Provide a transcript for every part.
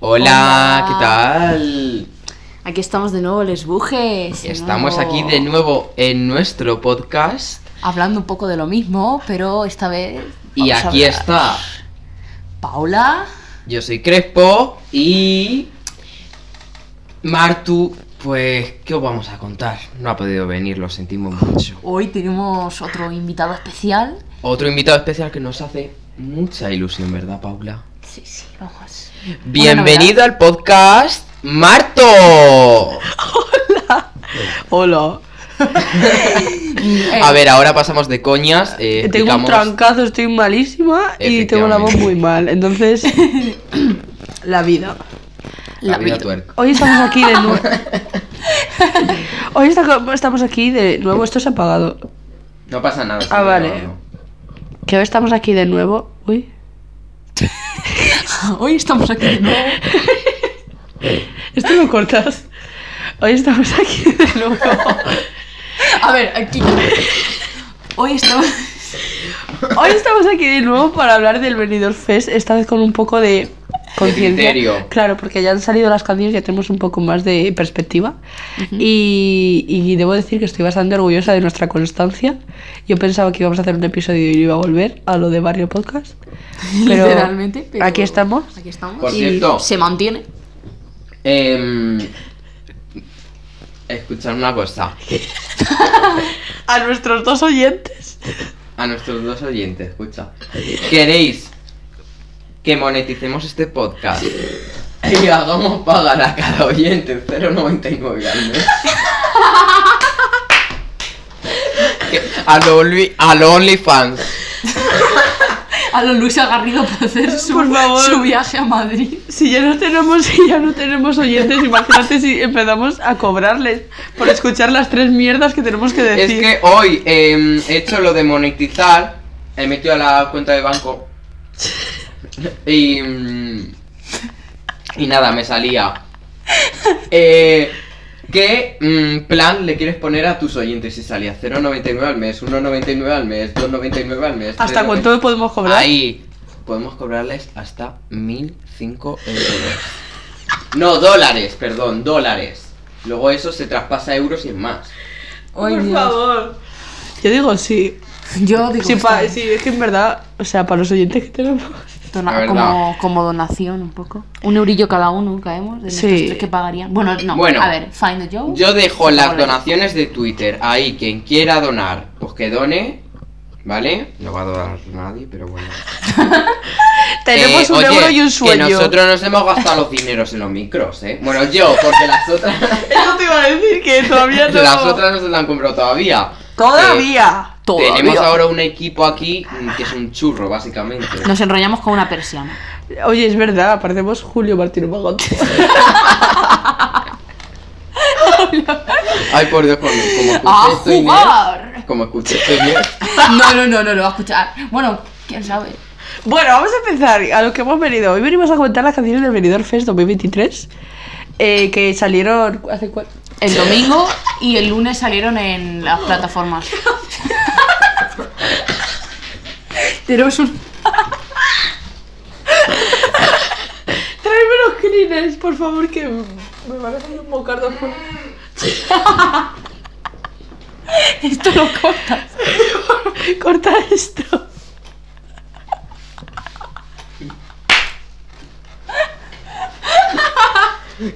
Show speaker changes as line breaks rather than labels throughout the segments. Hola, ¿qué tal?
Aquí estamos de nuevo, les bujes. de
Estamos
nuevo,
aquí de nuevo en nuestro podcast
Hablando un poco de lo mismo, pero esta vez.
y
vamos a
aquí
hablar.
está.
Paula.
Yo soy Crespo y Martu, pues ¿qué os vamos a contar? No ha podido venir, lo sentimos mucho.
Hoy tenemos otro invitado especial.
Otro invitado especial que nos hace mucha ilusión, ¿verdad, Paula?
Sí, sí, vamos.
Bienvenido al podcast Marto.
Hola.
Eh,
A ver, ahora pasamos de coñas. eh,
tengo un
explicamos-
trancazo, estoy malísima y tengo la voz
Efectivamente.
muy mal. Entonces, la vida.
La
la
vida
vid-
tuerca.
Hoy estamos aquí de nuevo. Hoy esta- estamos aquí de nuevo. Esto se ha apagado.
No pasa nada.
Ah,
sí,
vale.
no, no.
Que hoy estamos aquí de nuevo. Uy.
Eh, Hoy estamos aquí de nuevo.
Esto lo cortas. Hoy estamos aquí de nuevo.
A ver, aquí. Hoy estamos.
Hoy estamos aquí de nuevo para hablar del Benidorm Fest. Esta vez con un poco de conciencia.
criterio.
Claro, porque ya han salido las canciones, ya tenemos un poco más de perspectiva. y, y debo decir que estoy bastante orgullosa de nuestra constancia. Yo pensaba que íbamos a hacer un episodio y iba a volver a lo de Barrio Podcast. Pero
literalmente. pero
aquí estamos.
Aquí estamos.
Por
y
cierto.
Se mantiene.
Eh, escuchar una cosa.
A nuestros dos oyentes.
A nuestros dos oyentes, escucha. ¿Queréis que moneticemos este podcast y hagamos pagar a cada oyente 0,99 al mes? Que- A lo, only, a lo OnlyFans.
A lo Luisa Garrido para hacer su,
Por favor.
su viaje a Madrid.
Si ya no tenemos, si ya no tenemos oyentes, imagínate si empezamos a cobrarles por escuchar las tres mierdas que tenemos que
Es
decir.
que hoy eh, he hecho lo de monetizar, he metido a la cuenta de banco y. mm, Y nada, me salía. Eh, ¿Qué mm, plan le quieres poner a tus oyentes? Y salía 0,99 al mes, 1,99 al mes, 2,99 al mes.
¿Hasta
3,99.
cuánto podemos cobrar?
Ahí podemos cobrarles hasta 1.005 euros. No, dólares, perdón, dólares. Luego eso se traspasa a euros y es más.
Ay, Dios.
favor. Yo digo sí.
Yo digo.
Sí, pa-
está-
sí, es que en verdad, o sea, para los oyentes que tenemos.
Dona-
La verdad.
como, como donación un poco. Un eurillo cada uno, caemos, de
Sí.
nuestros tres que pagarían. Bueno, no,
Bueno.
a ver, find the joke.
Yo dejo
Sí,
las
vale.
donaciones de Twitter. Ahí, quien quiera donar, pues que done. ¿Vale? No va a donar nadie, pero bueno.
Tenemos
Eh,
un
oye,
euro y un
Que
sueño.
nosotros nos hemos gastado los dineros en los micros, ¿eh? Bueno, yo, porque las otras.
Eso te iba a decir que todavía no.
las otras no se las han comprado todavía. Eh,
Todavía.
tenemos ahora un equipo aquí mm, que es un churro, básicamente.
Nos enrollamos con una persiana.
Oye, es verdad, parecemos Julio Martín Magón.
Ay, por Dios, como, como escuché
¡A
esto, Inés,
jugar!
Como escuché esto, Inés,
No, no, no, no lo va a escuchar. Bueno, quién sabe.
bueno, vamos a empezar a lo que hemos venido. Hoy venimos a comentar las canciones del Benidorm Fest 2023 eh, que salieron hace cuatro.
El domingo y el lunes salieron en las plataformas. Tenemos un.
Tráeme los clines, por favor, que me van a salir un bocardo por...
Esto lo cortas.
Corta esto.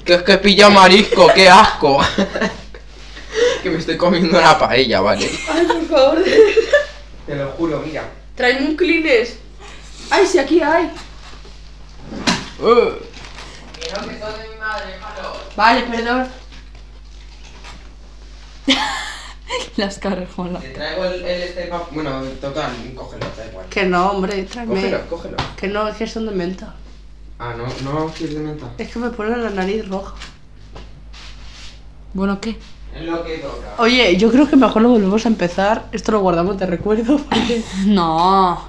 Que es que he pillado marisco, qué asco. que me estoy comiendo una paella, vale.
Ay, por favor.
Te lo juro, mira.
Tráeme un clines. Ay, si aquí hay. Vale, perdón.
Las caras, Juanla.
Te traigo el, el este pa- Bueno, total, cógelo, da igual.
Que no, hombre, tráeme.
Cógelo, cógelo.
Que no, es que son de menta.
Ah, no, no quieres de menta.
Es que me ponen la nariz roja.
Bueno, ¿qué?
Es lo que toca.
Oye, yo creo que mejor lo volvemos a empezar. Esto lo guardamos de recuerdo. porque-
No.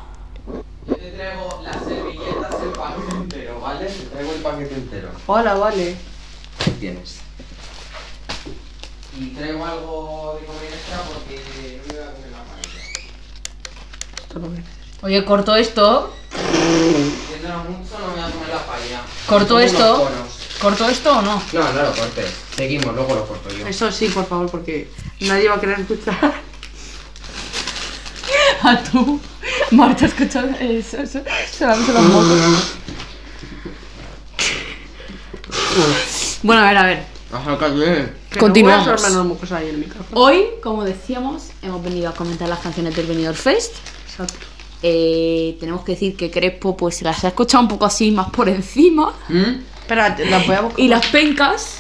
Yo te traigo las servilletas, el paquete entero, ¿vale? Te traigo el paquete entero.
Hola, vale.
Ahí tienes. Y traigo algo de comer extra porque no me voy a comer la paella.
Esto no me-
Oye, corto esto.
Tienes apretona mucho, no me voy a comer la paella.
Corto
Unos
esto.
conos.
¿Corto esto o no?
No, no lo cortes. Seguimos, luego lo corto yo.
Eso sí, por favor, porque nadie va a querer escuchar.
A Ah, tú, Marta, escucha eso, eso. Se la se la Bueno, a ver, a ver.
Acércate.
Que
Continuamos.
No voy a asomar las mucosas ahí en el micrófono.
Hoy, como decíamos, hemos venido a comentar las canciones del Benidorm Fest.
Exacto.
Eh, tenemos que decir que Crespo pues se las ha escuchado un poco así más por encima.
¿Mm?
Espera, las voy a buscar.
Y las pencas,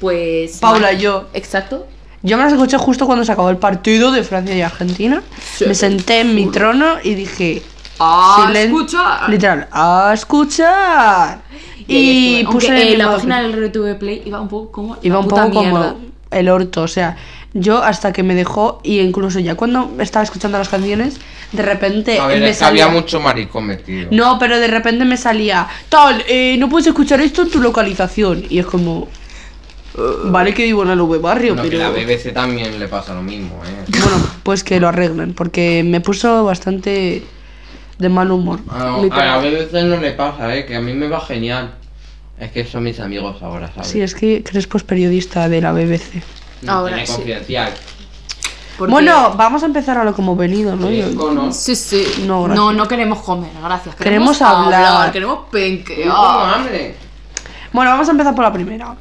pues...
Paula,
más-
yo.
Exacto.
Yo me las escuché justo cuando se acabó el partido de Francia y Argentina.
Sí.
Me senté en mi trono y dije.
Ah,
silen-
escucha.
Literal, a escuchar.
ahí
Y,
estuve.
puse
Aunque, eh,
mi
la
imagen.
página del RTV Play iba un poco como...
Iba
la
un
puta
poco
mierda.
como el orto, o sea, yo hasta que me dejó y incluso ya cuando estaba escuchando las canciones, de repente
A ver,
me
es que había
salía-
mucho maricón metido.
No, pero de repente me salía, tal, eh, no puedes escuchar esto en tu localización. Y es como, vale que vivo en el V barrio,
Bueno, que
pero...
la BBC también le pasa lo mismo, ¿eh?
Bueno, pues que lo arreglen, porque me puso bastante de mal humor.
Ah, A, a
literal.
la BBC no le pasa, ¿eh? Que a mí me va genial. Es que son mis amigos ahora, ¿sabes?
Sí, es que Crespo es periodista de la BBC.
No,
Ahora
tiene
sí.
confidencial.
Porque-
Bueno, vamos a empezar a lo que hemos venido, ¿no?
Sí,
Yo-
conos.
Sí, sí.
No, gracias.
no, no queremos comer, gracias.
Queremos hablar.
Queremos
Tengo
ah.
Ah.
penquear.
hambre.
Bueno, vamos a empezar por la primera.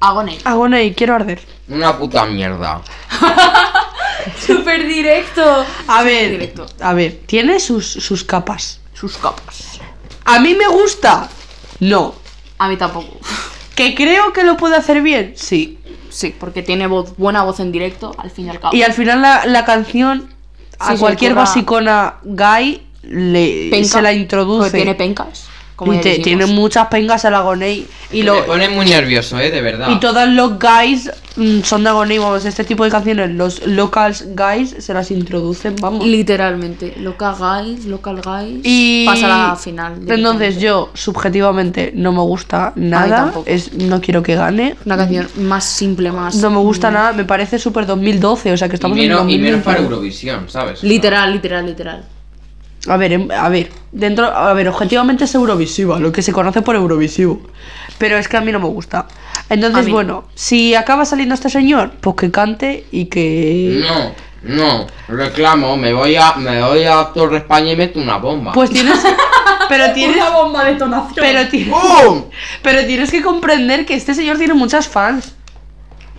Agoné.
Agonei, quiero arder.
Una puta mierda.
Súper directo.
A
Súper
ver,
Directo.
a ver, tiene sus, sus capas.
Sus capas.
A mí me gusta. No.
A mí tampoco.
Que creo que lo puedo hacer bien. Sí.
Sí, porque tiene voz, buena voz en directo, al fin y al cabo.
Y al final la, la canción a
Sí, se
cualquier
curra-
basicona gay le,
Penca,
se la
porque
introduce.
Tiene pencas. Como
y
ya
te-
dijimos.
tiene muchas pengas el agoney. Y,
Y
lo,
lo... Me pone muy nervioso, ¿eh? De verdad.
y todos los guys mm, son de agoney. Vamos, este tipo de canciones, los locals guys se las introducen. Vamos.
Literalmente. Local guys, local guys.
Y
Pasa a la final.
Entonces
directamente.
yo subjetivamente no me gusta nada.
tampoco.
Es, no quiero que gane.
Una canción más simple, más.
No me gusta nada. Me parece súper 2012. O sea que
Y
estamos
menos, y
en
menos
2021.
para Eurovisión, ¿sabes?
Literal, literal, literal.
A ver, em- a ver. Dentro, a ver, objetivamente es Eurovisiva, lo que se conoce por Eurovisivo. Pero es que a mí no me gusta.
A
Entonces,
mí no.
bueno, si acaba saliendo este señor, pues que cante y que.
No, no. Reclamo, me voy a, me voy a Torre España y meto una bomba.
Pues tienes. pero tienes.
bomba de detonación.
Pero, ti-
¡Bum!
pero tienes que comprender que este señor tiene muchas fans.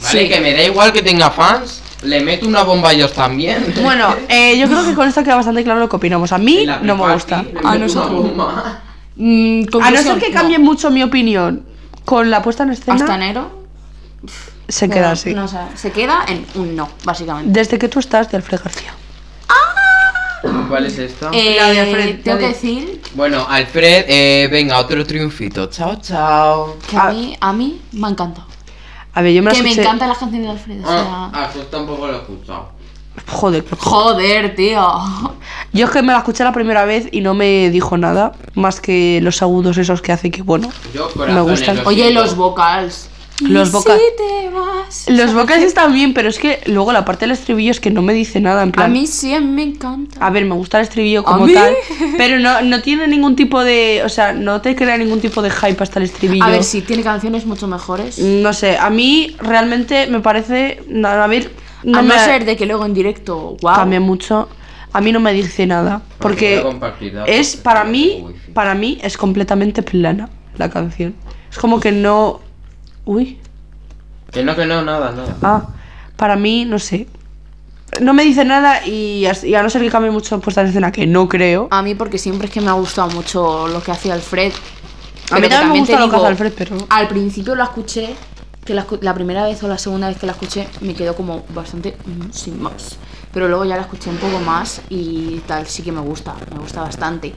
Vale,
Sí.
que me da igual que tenga fans. Le meto una bomba a ellos también.
Bueno, eh, yo creo que con esto queda bastante claro lo que opinamos. A mí
En la
no me
pre-party
gusta.
le
A
meto
nosotros.
una bomba.
Mm,
A no
conclusión,
ser que cambie mucho mi opinión con la puesta en
no. hasta
escena,
enero.
se
no,
queda así.
no, o sea, se queda en un no, básicamente.
Desde que tú estás de Alfred García.
¿Cuál es esta?
Eh,
la de Alfred,
tengo
la de-
que decir
Bueno, Alfred, eh, venga, otro triunfito. Chao, chao.
que a,
Ah.
mí, a mí me ha encantado.
A ver, yo me la
Que me
escuché-
encantan las canciones de Alfredo. O sea,
Ah, eso tampoco lo he escuchado.
Joder, qué jo-
joder, tío.
yo es que me la escuché la primera vez y no me dijo nada, más que los agudos esos que hace que, bueno,
Yo, corazones,
Me gustan.
lo
Oye,
siento.
los vocals.
Los
Y
voca-
Si te vas.
los vocales están bien, pero es que luego la parte del estribillo es que no me dice nada, en plan...
A mí sí em, me encanta.
A ver, me gusta el estribillo
¿A
como
mí?
tal, pero no, no tiene ningún tipo de... O sea, no te crea ningún tipo de hype hasta el estribillo.
A ver si tiene canciones mucho mejores.
No sé, a mí realmente me parece... no, A ver, no
a no
me...
ser de que luego en directo, wow.
cambia mucho. A mí no me dice nada.
Porque
Porque
voy a compartir datos,
es
porque
para
tengo
mí,
wifi.
para mí es completamente plana la canción. Es como que no. Uy.
Que no, que no, nada, nada.
Ah. Para mí, no sé. No me dice nada y, as- y a no ser que cambie mucho puesta en escena, que no creo.
A mí porque siempre es que me ha gustado mucho lo que hacía Alfred.
A
Pero
mí
que
también me
te
gusta lo
digo,
que hace Alfred, pero.
Al principio la escuché, que la, escu- la primera vez o la segunda vez que la escuché me quedó como bastante mm, sin más. Pero luego ya la escuché un poco más y tal, sí que me gusta, me gusta bastante.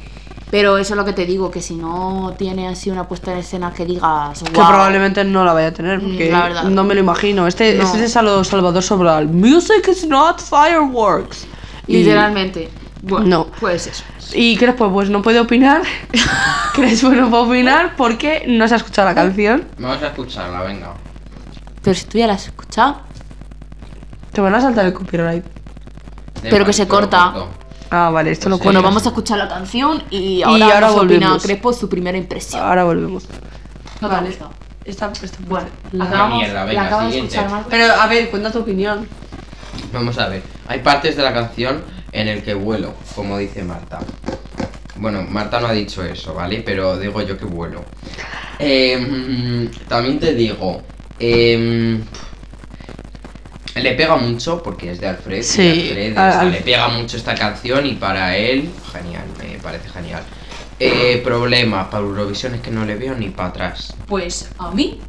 Pero eso es lo que te digo, que si no tiene así una puesta en escena que digas, wow,
Que probablemente no la vaya a tener,
Mm,
porque
la verdad.
no me lo imagino. Este,
No.
este es a lo Salvador Sobral. Music is not fireworks. Y-
literalmente. Bueno,
No.
pues eso.
Y Crespo, pues no puede opinar. Crespo no puede opinar porque no se ha escuchado la canción.
Vamos a escucharla, venga.
Pero si tú ya la has escuchado,
Te van a saltar el copyright.
De
Pero que se
Maricolo
corta.
Corto.
Ah, vale, esto lo
Sí.
Bueno,
cuento.
vamos a escuchar la canción y ahora,
ahora
nos opina
volvemos. Ah.
Crespo su primera impresión.
Ahora volvemos.
No te
Vale.
gusta.
Está, está
Bueno,
La-
acabamos,
mierda,
la
venga,
acabas de
siguiente.
escuchar Marco.
Pero a ver, cuenta tu opinión.
Vamos a ver, hay partes de la canción en el que vuelo, como dice Marta. Bueno, Marta no ha dicho eso, ¿vale? Pero digo yo que vuelo. Em, también te digo, em, le pega mucho porque es de Alfred. y
Sí,
Alfred,
a-
o sea,
al-
le pega mucho esta canción y para él, genial, me parece genial. Eh, problemas para Eurovisión es que no le veo ni para atrás.
Pues a mí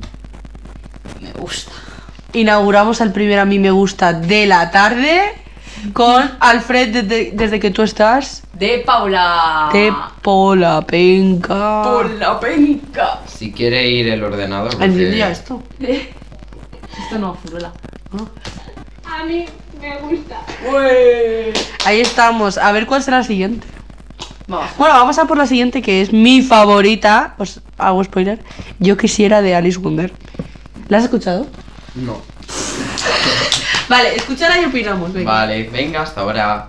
me gusta.
Inauguramos el primer a mí me gusta de la tarde con Alfred desde, desde que tú estás.
De Paula.
Te pola penca.
Paula Penca.
Si quiere ir el ordenador. porque-
Enciende ya esto.
De- Esto no, Furula.
A mí me gusta.
Ahí estamos. A ver cuál será la siguiente.
Vamos.
Bueno, vamos a por la siguiente que es mi favorita. Os hago spoiler. Yo quisiera de Alice Wonder. ¿La has escuchado?
No.
Vale, escúchala y opinamos. venga.
Vale, venga, hasta ahora.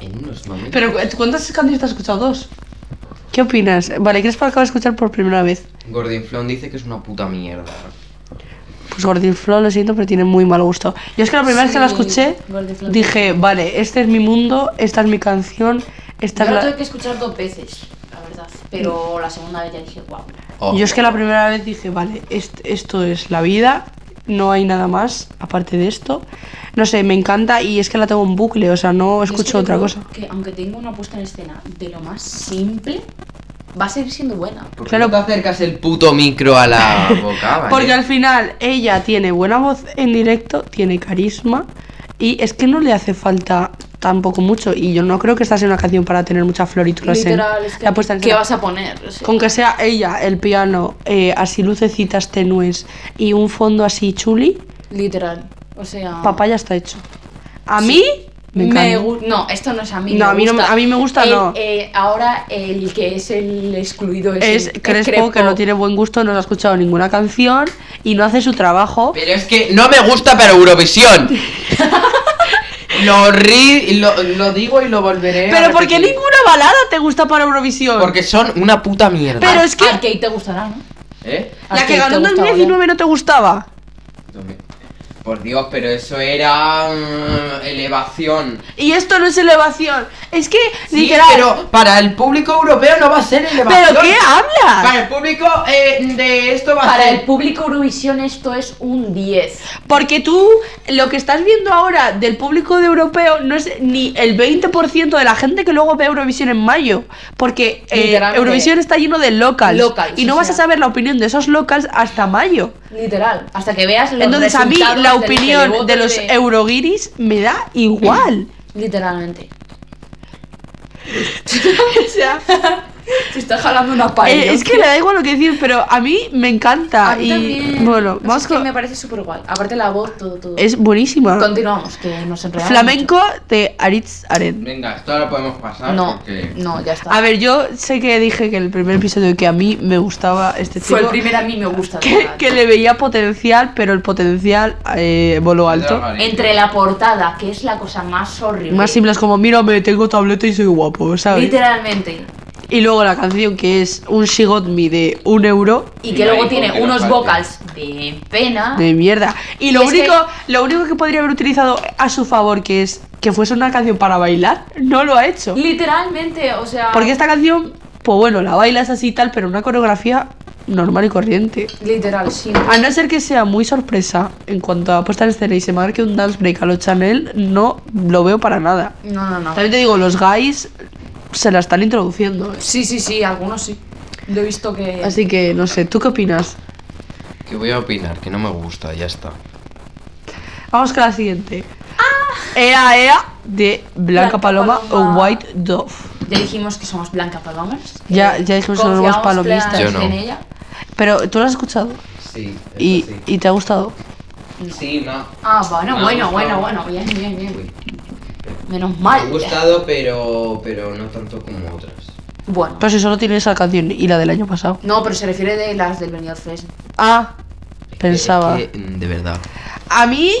En unos momentos.
Pero ¿cu- ¿cuántas canciones te has escuchado? Dos. ¿Qué opinas? Vale, ¿crees que acabo de escuchar por primera vez?
Gordinflón dice que es una puta mierda.
Pues Gordinflón, lo siento, pero tiene muy mal gusto. Yo es que la primera vez que la
Sí,
escuché,
Gordinflón.
dije, vale, este es mi mundo, esta es mi canción, esta
Yo
es
la
la...
tuve que escuchar dos veces, la verdad. Pero la segunda vez ya dije, wow.
Pues
Oh.
Yo es que la primera vez dije, vale, est- esto es la vida, no hay nada más aparte de esto. No sé, me encanta y es que la tengo en bucle, o sea, no
Yo es que
escucho otra
creo
cosa.
Que aunque tenga una puesta en escena de lo más simple, va a seguir siendo buena.
¿Por qué
claro.
no te acercas el puto micro a la boca, ¿vale?
Porque al final ella tiene buena voz en directo, tiene carisma y es que no le hace falta tampoco mucho. Y yo no creo que esta sea una canción para tener muchas florituras en la puesta en
¿Qué
escena.
vas a poner? O sea,
Con que sea ella, el piano, eh, así lucecitas tenues y un fondo así chuli,
Literal. O sea.
papá ya está hecho. A mí me,
Ah. Me
encanta.
gu- no, esto no es a mí.
No,
me
a mí no me-
gusta.
a mí me gusta,
El-
no.
eh, ahora el que es el excluido es,
Es
el- el
Crespo que no tiene buen gusto, no ha escuchado ninguna canción y no hace su trabajo.
Pero es que no me gusta para Eurovisión. lo, ri- lo, lo digo y lo volveré. a
Pero ¿por qué
repetir.
ninguna balada te gusta para Eurovisión?
Porque son una puta mierda.
Pero es que
Arcade te gustará, ¿no?
¿Eh?
La
Arcade
que ganó
te
en
gustaba,
2019 no te gustaba.
Por Dios, pero eso era. mm, elevación.
Y esto no es elevación. Es que,
Sí,
literal.
pero para el público europeo no va a ser elevación.
¿Pero qué
Para
hablas?
el público eh, de esto va a
Para
ser.
el público Eurovisión esto es un 10.
Porque tú lo que estás viendo ahora del público de europeo no es ni el 20% de la gente que luego ve Eurovisión en mayo. Porque eh,
Literalmente.
Eurovisión está lleno de locals.
Locals,
y no
o
vas
sea.
a saber la opinión de esos locals hasta mayo.
Literal. Hasta que veas los
Entonces a mí
resultados
la
del
opinión
televoto
de
y
los euroguiris me da igual.
Literalmente. o sea, se está jalando una
Eh, es que le da igual lo que decir, pero a mí me encanta.
A mí
y
también.
bueno,
O sea,
vamos
es que
con-
me parece súper guay. Aparte la voz, todo, todo.
Es buenísima.
Continuamos, que nos enredamos.
Flamenco de Aritz Aren.
Venga, esto ahora podemos pasar.
mucho. No,
porque-
no, ya está.
A ver, yo sé que dije que el primer episodio que a mí me gustaba este chico,
Fue el primer a mí me gusta. de
que,
verdad.
que le veía potencial, pero el potencial eh, voló alto.
Entre la portada, que es la cosa más horrible.
Más simples como, mírame, tengo tableta y soy guapo, ¿sabes?
Literalmente.
Y luego la canción que es un She Got Me de un euro
Y
Y
que luego
Marico, que
tiene
no
unos
falte.
vocals de pena.
de mierda. Y lo
Ah. Es que-
único, lo único que podría haber utilizado a su favor, que es que fuese una canción para bailar, no lo ha hecho.
Literalmente, o sea.
Porque esta canción, pues bueno, la bailas así y tal, pero una coreografía normal y corriente.
Literal, sí.
A no ser que sea muy sorpresa en cuanto a puesta en escena y se marque un dance break a los Chanel, no lo veo para nada.
No, no, no.
También te digo, los guys se la están introduciendo. ¿eh?
Sí, sí, sí, algunos sí. Lo he visto que.
Así que no sé, ¿tú qué opinas?
Que voy a opinar, que no me gusta, ya está.
Vamos con la siguiente. Ea Ea de Blanca
Ah. Blanca
Paloma,
Paloma.
o White Dove.
Ya dijimos que somos Blanca Palomas.
Ya- ya dijimos que somos
Confiamos
palomistas.
plenamente
Yo no.
en ella.
Pero tú lo has escuchado
Sí,
y, y te ha gustado.
sí. Sí, no.
Ah, bueno,
Me ha
bueno,
gustado.
bueno, bueno. Bien, bien, bien.
Uy.
Menos
Me ha
mal.
gustado, pero, pero no tanto como otras.
Bueno.
Pero si solo tienes esa canción y la del año pasado.
No, pero se refiere de las del Benidorm Fest.
Ah, pensaba.
Es que, mm, de verdad.
A mí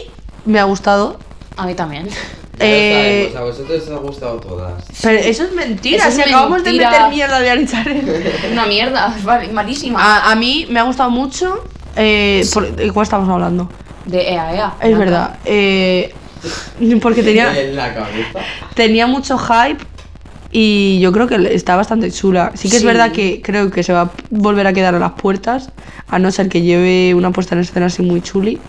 me ha gustado.
A mí también.
Ya lo
Eh,
sabemos, a vosotros os ha gustado todas.
Pero eso es mentira,
Eso es
si acabamos
mentira.
de meter mierda de Ari Channel.
Una mierda, Ah, vale, malísima.
A, a mí me ha gustado mucho. Eh, por- ¿De cuál estamos hablando?
De E EA, EA.
Es verdad. eh, porque tenía,
En la cabeza.
tenía mucho hype y yo creo que está bastante chula. Sí que es
Sí.
verdad que creo que se va a volver a quedar a las puertas, a no ser que lleve una puesta en escena así muy chuli.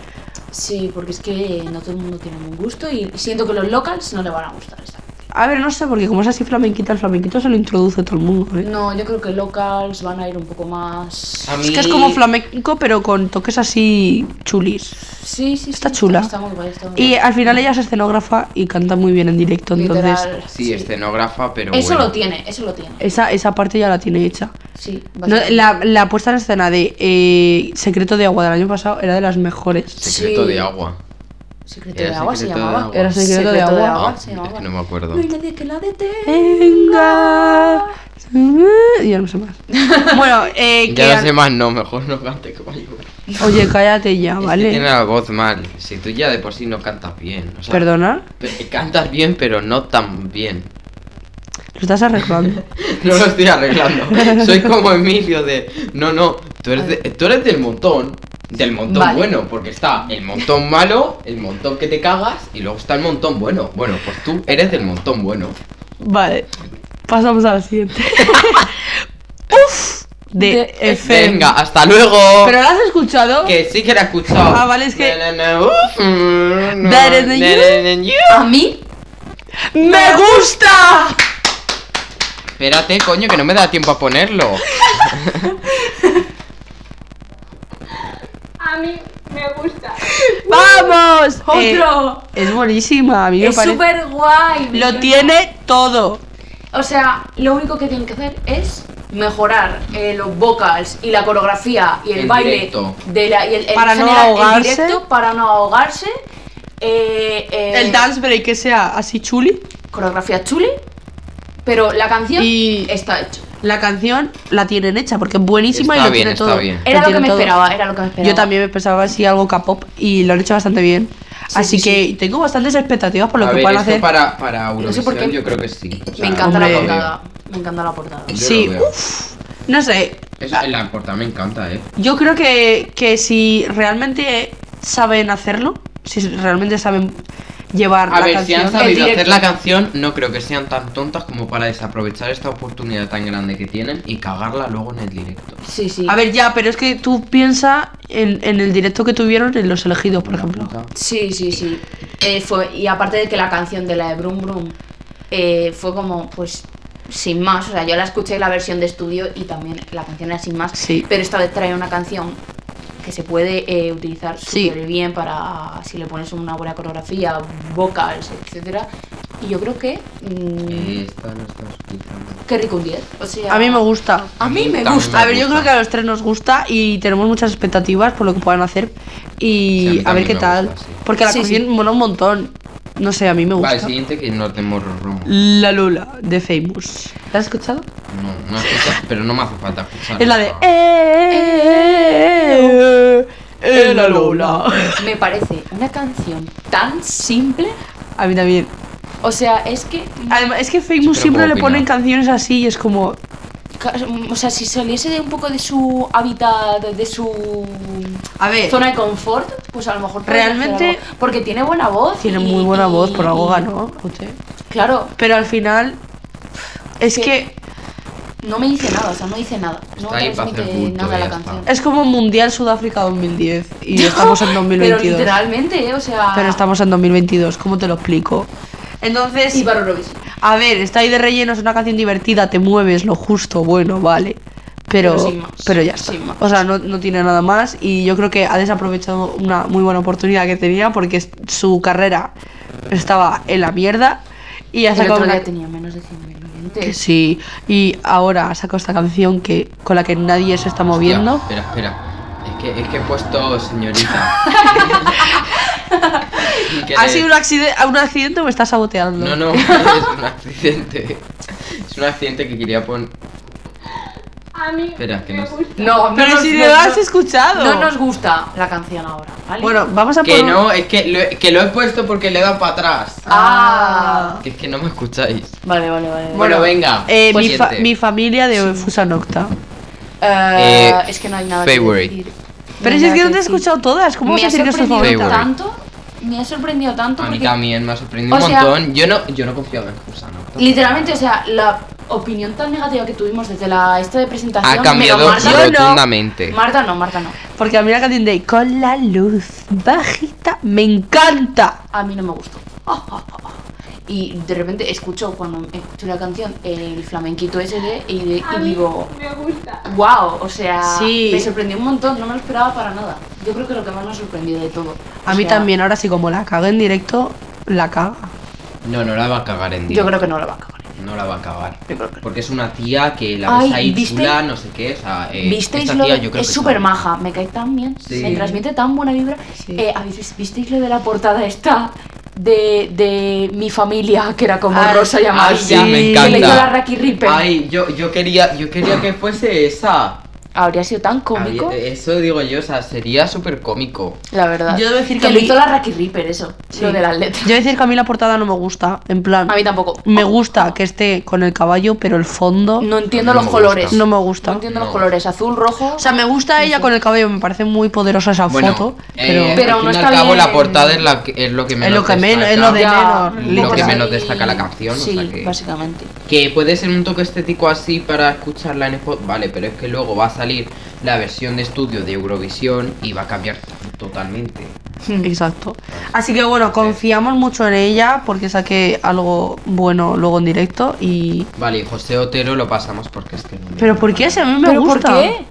Sí, porque es que no todo el mundo tiene un gusto y siento que los locals no le van a gustar esta.
A ver, no sé, porque como es así flamenquita, el flamenquito se lo introduce todo el mundo. ¿eh?
No, yo creo que locals van a ir un poco más.
A mí...
Es que es como flamenco, pero con toques así chulis.
Sí, sí, sí,
Está chula.
Está muy guay, está muy
Y
guay.
al final ella es escenógrafa y canta muy bien en directo, entonces
Literal,
Sí, escenógrafa, pero
Eso
bueno.
lo tiene, eso lo tiene.
esa, esa parte ya la tiene hecha.
Sí,
No,
bastante.
la, la puesta en escena de eh, Secreto de Agua del año pasado era de las mejores.
Secreto
Sí.
de agua.
Secreto
Era
de agua se
secreto de
llamaba.
agua. Era
secreto de agua. Eh.
Ah,
se
es
llamaba.
que no me acuerdo.
No hay nadie que la E. detenga.
Venga. Y ya no sé más. Bueno, eh, que
Ya
a-
las demás no, mejor no cante que vaya.
Oye, cállate ya,
Es que tiene la
Ah, ¿vale?
voz mal. Si tú ya de por sí no cantas bien. O sea,
Perdona,
pe- Cantas bien, pero no tan bien.
lo estás arreglando.
No lo estoy arreglando. Soy como Emilio de. No, no, tú eres, de- tú eres del montón. Del montón
Vale.
bueno, porque está el montón malo, el montón que te cagas y luego está el montón bueno. Bueno, pues tú eres del montón bueno.
Vale, pasamos a la siguiente. Uf, de,
De
FM.
Venga, hasta luego.
Pues, eh, ¿Pero la has escuchado?
Que sí que la he escuchado.
Ah, vale, es que-
Na, na, na, uf, mm,
Better than
na,
you.
na, na, you.
A mí,
¡Me gusta!
Espérate, coño, que no me da tiempo a ponerlo.
A mí me gusta.
¡Vamos! Eh,
otro.
es buenísima, a mí me
es
parece.
súper guay. me
Lo
encanta.
tiene todo.
O sea, lo único que tienen que hacer es mejorar eh, los vocals y la coreografía y el,
El
baile
directo.
de la y el, el
Para no
general, el
ahogarse.
directo para no ahogarse. eh, eh,
El dance break que sea así chuli.
coreografía chuli, pero la canción
Y-
está hecho.
La canción la tienen hecha porque es buenísima y
Está
lo
bien,
tiene
está
todo.
bien.
Era lo que
tiene
me
todo.
esperaba, era lo que me esperaba.
Yo también me pensaba así algo K-pop y lo han hecho bastante bien.
Sí,
así
sí,
que tengo bastantes expectativas por lo
a
que
ver,
puedan
esto
hacer.
para, para Eurovisión
sé por qué.
yo creo que sí. O sea,
Me encanta
hombre.
la portada. Me encanta la portada.
yo lo
Sí,
veo.
No sé.
Eso, en la portada me encanta, eh.
Yo creo que, que si realmente saben hacerlo, si realmente saben llevar
A
la
ver,
canción.
si han sabido
El
hacer
directo.
la canción, no creo que sean tan tontas como para desaprovechar esta oportunidad tan grande que tienen y cagarla luego en el directo.
Sí, sí.
A ver, ya, pero es que tú piensa en, en el directo que tuvieron en Los Elegidos, por
Una
ejemplo.
puta.
Sí, sí, sí. Eh, fue, y aparte de que la canción de la de Brum Brum eh, fue como, pues, sin más. O sea, yo la escuché la versión de estudio y también la canción era sin más.
Sí.
Pero esta vez trae una canción que se puede eh, utilizar
Sí.
súper bien para si le pones una buena coreografía, vocals, etcétera. Y yo creo que. mm,
Esta no está escuchando.
qué rico un 10. O sea,
A mí me gusta.
A mí me
También
gusta.
A ver, yo
gusta.
creo que a los tres nos gusta y tenemos muchas expectativas por lo que puedan hacer.
Sí, a mí
Y a, ver
también
qué
me
tal.
gusta, sí.
Porque la
Sí,
canción
sí.
mola un montón. No sé, a mí me gusta.
Vale, siguiente que nos de Morro Romo.
La Lola de Famous. ¿La has escuchado?
No, no escuchas, pero no me hace falta escuchar.
Es la de. eh, eh, eh, eh, eh, la Lola.
Me parece una canción tan simple.
A mí también.
O sea, es que
Además, es que
pero
Famous siempre
puedo
le ponen
opinar.
canciones así y es como.
Ca- O sea, si saliese de un poco de su hábitat, de su
A ver.
zona de confort, pues a lo mejor podría hacer
Realmente-
algo. porque tiene buena voz.
Tiene
y-
muy buena
y-
voz, por algo
y-
ganó. Joder.
Claro,
Pero al final. Es
Sí.
que
no me dice nada, o sea, no dice nada. No
Está ahí para hacer
transmite
bulto,
nada
ya
la
está.
canción.
es como Mundial Sudáfrica 2010 y estamos en 2022.
Pero literalmente, eh, o sea.
Pero estamos en 2022, ¿cómo te lo explico? Entonces,
Y para Eurovisión.
a ver, está ahí de relleno, es una canción divertida, te mueves, lo justo, bueno, vale. Pero,
Pero sin más.
pero ya está.
Sin más.
O sea, no, no tiene nada más y yo creo que ha desaprovechado una muy buena oportunidad que tenía porque es- su carrera estaba en la mierda y ha
El
sacado
otro
una...
día tenía menos de 100.000
que
oyentes.
Sí, y ahora ha sacado esta canción que con la que nadie se está moviendo.
Espera, espera. Es que, es que he puesto señorita. Sin
¿Ha
querer.
sido un accidente, un accidente o me estás saboteando?
No, no, es un accidente. Es un accidente que quería poner.
A mí
Espera, que
me
no sé.
gusta.
No, no
Pero
nos-
si
no-
lo has
no-
escuchado.
No nos gusta la canción ahora, ¿vale?
Bueno, vamos a
Que
por-
no, es que lo, que lo he puesto porque le he dado para atrás.
Ah.
Que es que no me escucháis.
Vale, vale, vale.
Bueno, venga.
Eh, mi, fa-
siguiente.
mi familia de Fusa Nocta.
Eh,
Eh,
es que no hay nada
favorite.
que decir.
Pero
No hay
si es
nada
que no te he
decir.
escuchado todas. ¿Cómo vas
me
a
ha
decir que es tu
sorprendido
favorita?
favorite.
tanto, me ha sorprendido tanto
A mí
porque
también me ha sorprendido
O
un
sea-
montón. Yo no, yo no confiaba en Fusa Nocta.
literalmente, o sea, la opinión tan negativa que tuvimos desde la esta de presentación
Ha cambiado
menos Marta,
yo- no.
rotundamente.
Marta no, Marta no.
Porque a mí la canción de Con la luz bajita me encanta.
A mí no me gustó. Y de repente escucho cuando escucho la canción el flamenquito ese de, y, de-
A
y
mí
digo,
me gusta.
wow, o sea,
Sí.
me sorprendió un montón, no me lo esperaba para nada. Yo creo que lo que más me ha sorprendido de todo.
A
O
mí
sea,
también, ahora sí, como la caga en directo, la caga.
No, no la va a cagar en
Yo
directo.
creo que no lo va a acabar.
No la va a cagar.
Yo creo que no.
Porque es una tía que la ves
Ay,
ahí
¿viste?
chula, no sé qué. O sea, eh,
¿Visteis
esta
lo
tía
de-
yo creo
es
que
súper maja, me cae tan bien,
Sí.
me transmite tan buena vibra.
Sí.
Eh, ¿habéis vis- ¿Visteis lo de la portada esta de, de mi familia, que era como
Ah,
rosa y
ah,
amarilla?
sí, me
Que le dio
encanta.
la Raki Ripper.
Ay, yo, yo quería, yo quería que fuese esa.
Habría sido tan cómico,
Había- eh, Eso digo yo, o sea, sería súper cómico.
la verdad.
Yo debo decir que
que
a
lo
mí-
hizo la Raki Ripper, eso,
Sí.
lo de las letras.
Yo voy a decir que a mí la portada no me gusta. En plan,
A mí tampoco.
me gusta que esté con el caballo, pero el fondo
No
no,
entiendo
A mí no
los
me
colores.
gusta.
me gusta.
No entiendo los
No.
colores, azul, rojo.
O sea, me gusta ella con el caballo, me parece muy poderosa esa
Bueno,
foto.
eh,
pero
Pero
al
no
fin y
está
al cabo
bien.
la portada es, la que- es lo que menos
es lo que menos,
destaca.
es lo de
Ya,
menor.
lo
Lo que
Pues
menos
ahí-
destaca la canción, o
Sí,
sea que-
básicamente.
Que puede ser un toque estético así para escucharla en Spotify, vale, pero es que luego va a salir la versión de estudio de Eurovisión y va a cambiar totalmente.
Exacto. Así que bueno, confiamos mucho en ella porque saque algo bueno luego en directo y...
Vale, y José Otero lo pasamos porque es que no. me-
Pero ¿por qué? Si a mí me
¿Pero
gusta.
por qué?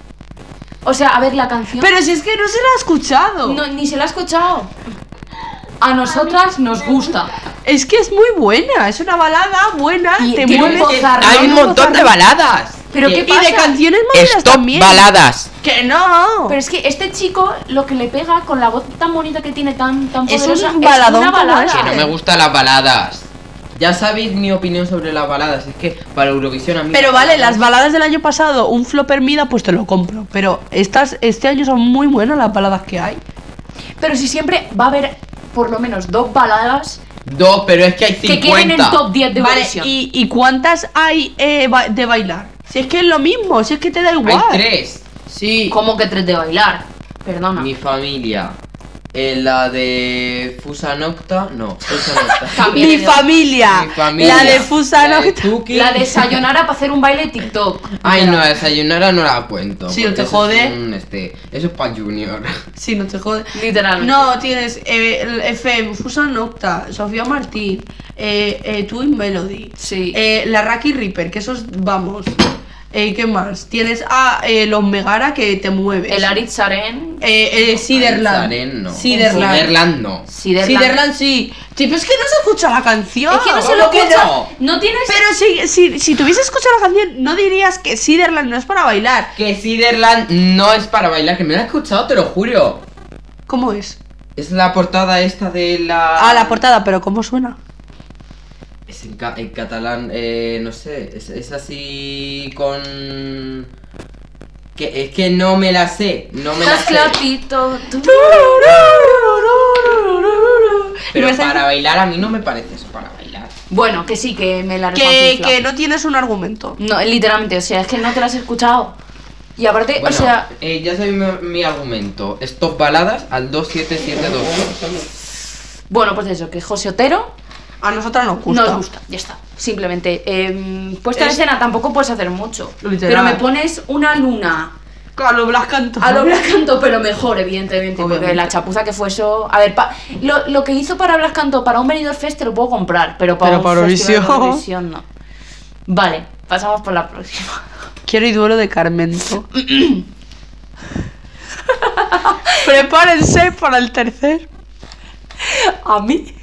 O sea, a ver, la canción...
Pero si es que no se la ha escuchado.
No, ni se la ha escuchado. A nosotras nos gusta.
Es que es muy buena, es una balada buena,
Y
te
tiene un
mueve.
bozarrón.
Hay un montón de baladas.
Pero qué
Y
pasa.
de canciones movidas
Stop
también.
baladas.
Que no.
Pero es que este chico lo que le pega con la voz tan bonita que tiene, tan, tan
Es un
poderosa,
baladón
una
como
balada.
ese.
Que no me gustan las baladas. Ya sabéis mi opinión sobre las baladas. Es que para Eurovisión a mí.
Pero vale, las baladas del año pasado, un flopper mida, pues te lo compro. Pero estas, este año son muy buenas las baladas que hay.
Pero si siempre va a haber por lo menos dos baladas
Dos, pero es que hay
que queden
50.
en top 10 de
vale,
Eurovisión.
y, y cuántas hay eh, ba- de bailar? Si es que es lo mismo, si es que te da igual.
Hay tres. Sí.
Como que tres de bailar.
Ah.
Perdona.
Mi familia. Eh, la de Fusa Nocta. No, Fusa Nocta.
También
Mi
es de-
familia,
Mi familia.
la de
La
Fusano.
de Tuki.
La de Sayonara para hacer un baile TikTok.
Ay, no, desayunara no la cuento.
Sí, no
porque
te
eso
jode.
Es un, este, eso es para Junior.
Sí, no te jodes.
Literalmente.
No, tienes eh, el FM, Fusa Nocta, Sofía Martín, eh, eh, Twin Melody,
Sí.
eh, la Raki Reaper, que esos, vamos, eh, ¿qué más? Tienes a eh, los Megara que te mueves.
El Arit Saren.
Eh, eh, Siderland.
Saren, no.
Siderland.
Siderland, no.
Siderland.
Siderland, sí. Sí, pero es que no se escucha la canción.
Es que no se
¿Cómo
lo
que
escucha.
no?
No tienes.
Pero si, si, si tuviese escuchado la canción, no dirías que Siderland no es para bailar.
Que Siderland no es para bailar, que me la he escuchado, te lo juro.
¿Cómo es?
Es la portada esta de la.
Ah, la portada, pero ¿cómo suena?
Es en, ca- en catalán, eh, no sé, es, es así con... Que, es que no me la sé, no me la
Estás
sé.
clarito, tú.
Pero
Y me está-
para bailar a mí no me parece eso para bailar.
Bueno, que sí, que me la
Que,
refanfifla.
que no tienes un argumento.
No, literalmente, o sea, es que no te las he escuchado. Y aparte,
Bueno,
o sea,
eh, ya sabéis mi, mi argumento. Stop baladas al 27722.
bueno, pues eso, que José Otero
A nosotras nos gusta.
nos gusta, ya está. Simplemente, eh, puesta en
Es-
escena tampoco puedes hacer mucho.
Literal.
Pero me pones una luna
A lo Blas Cantó.
a lo Blas Canto, pero mejor, evidentemente, porque
Obviamente.
la chapuza que fue eso. A ver, pa- lo, lo que hizo para Blas Canto, para un venidor fest te lo puedo comprar, pero para
Pero
un
para
festival de
Eurovisión.
Eurovisión no. Vale, pasamos por la próxima.
Quiero y duelo de Carmento. Prepárense para el tercer.
A mí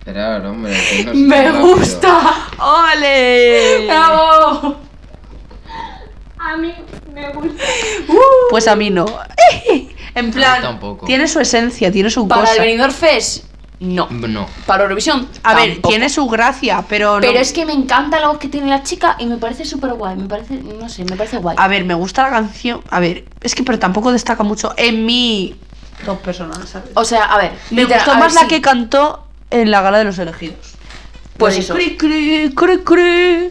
Esperar, hombre. que no sé
me
rápido.
gusta.
¡Ole!
¡Bravo!
A mí me gusta.
Pues a mí no. En plan,
tampoco.
tiene su esencia, tiene su
Para
cosa.
el Benidorm Fest, No.
No.
Para Eurovisión.
A ver,
tampoco.
tiene su gracia, pero no-
Pero es que me encanta la voz que tiene la chica y me parece súper guay. Me parece, no sé, me parece guay.
A ver, me gusta la canción. A ver, es que pero tampoco destaca mucho en mi top personal, ¿sabes?
O sea, a ver.
me
literal-
gustó
a ver,
más la
sí.
que cantó en la gala de los elegidos.
Pues
La de
eso.
Cri, cri, cri, cri.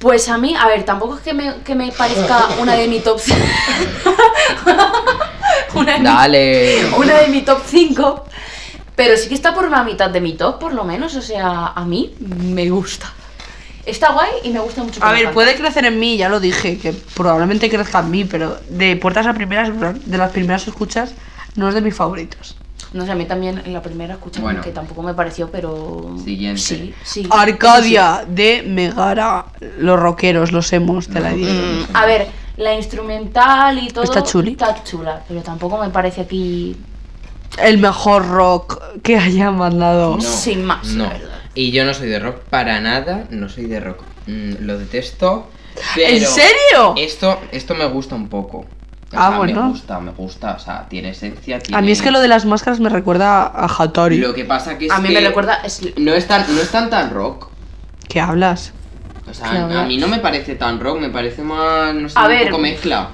Pues a mí, a ver, tampoco es que me, que me parezca una de mi top. una, de mi-
Dale.
una de mi top 5. Pero sí que está por la mitad de mi top, por lo menos. O sea, a mí me gusta. Está guay y me gusta mucho. que
A
me
ver,
cante.
puede crecer en mí, ya lo dije, que probablemente crezca en mí, pero de puertas a primeras, de las primeras escuchas, no es de mis favoritos.
No sé, a mí también en la primera escucha como
Bueno.
que tampoco me pareció, pero.
Siguiente.
Sí, sí.
Arcadia de Megara, los rockeros, los hemos, te la digo.
Mm, A ver, la instrumental y todo.
Está chuli.
Está chula, pero tampoco me parece aquí.
El mejor rock que haya mandado.
No,
Sin más,
No.
la verdad.
Y yo no soy de rock para nada. No soy de rock. Mm, lo detesto.
¿En
pero
serio?
Esto, esto me gusta un poco. O
Ah,
sea,
bueno.
Me gusta, me gusta. O sea, tiene esencia.
A mí es que lo de las máscaras me recuerda a Hattori.
Lo que pasa que es
A mí me
que
recuerda. es-
No es tan, no es tan, tan rock.
¿Qué hablas?
O sea,
Claro.
a mí no me parece tan rock, me parece más, no sé,
A
un
ver.
poco mezcla.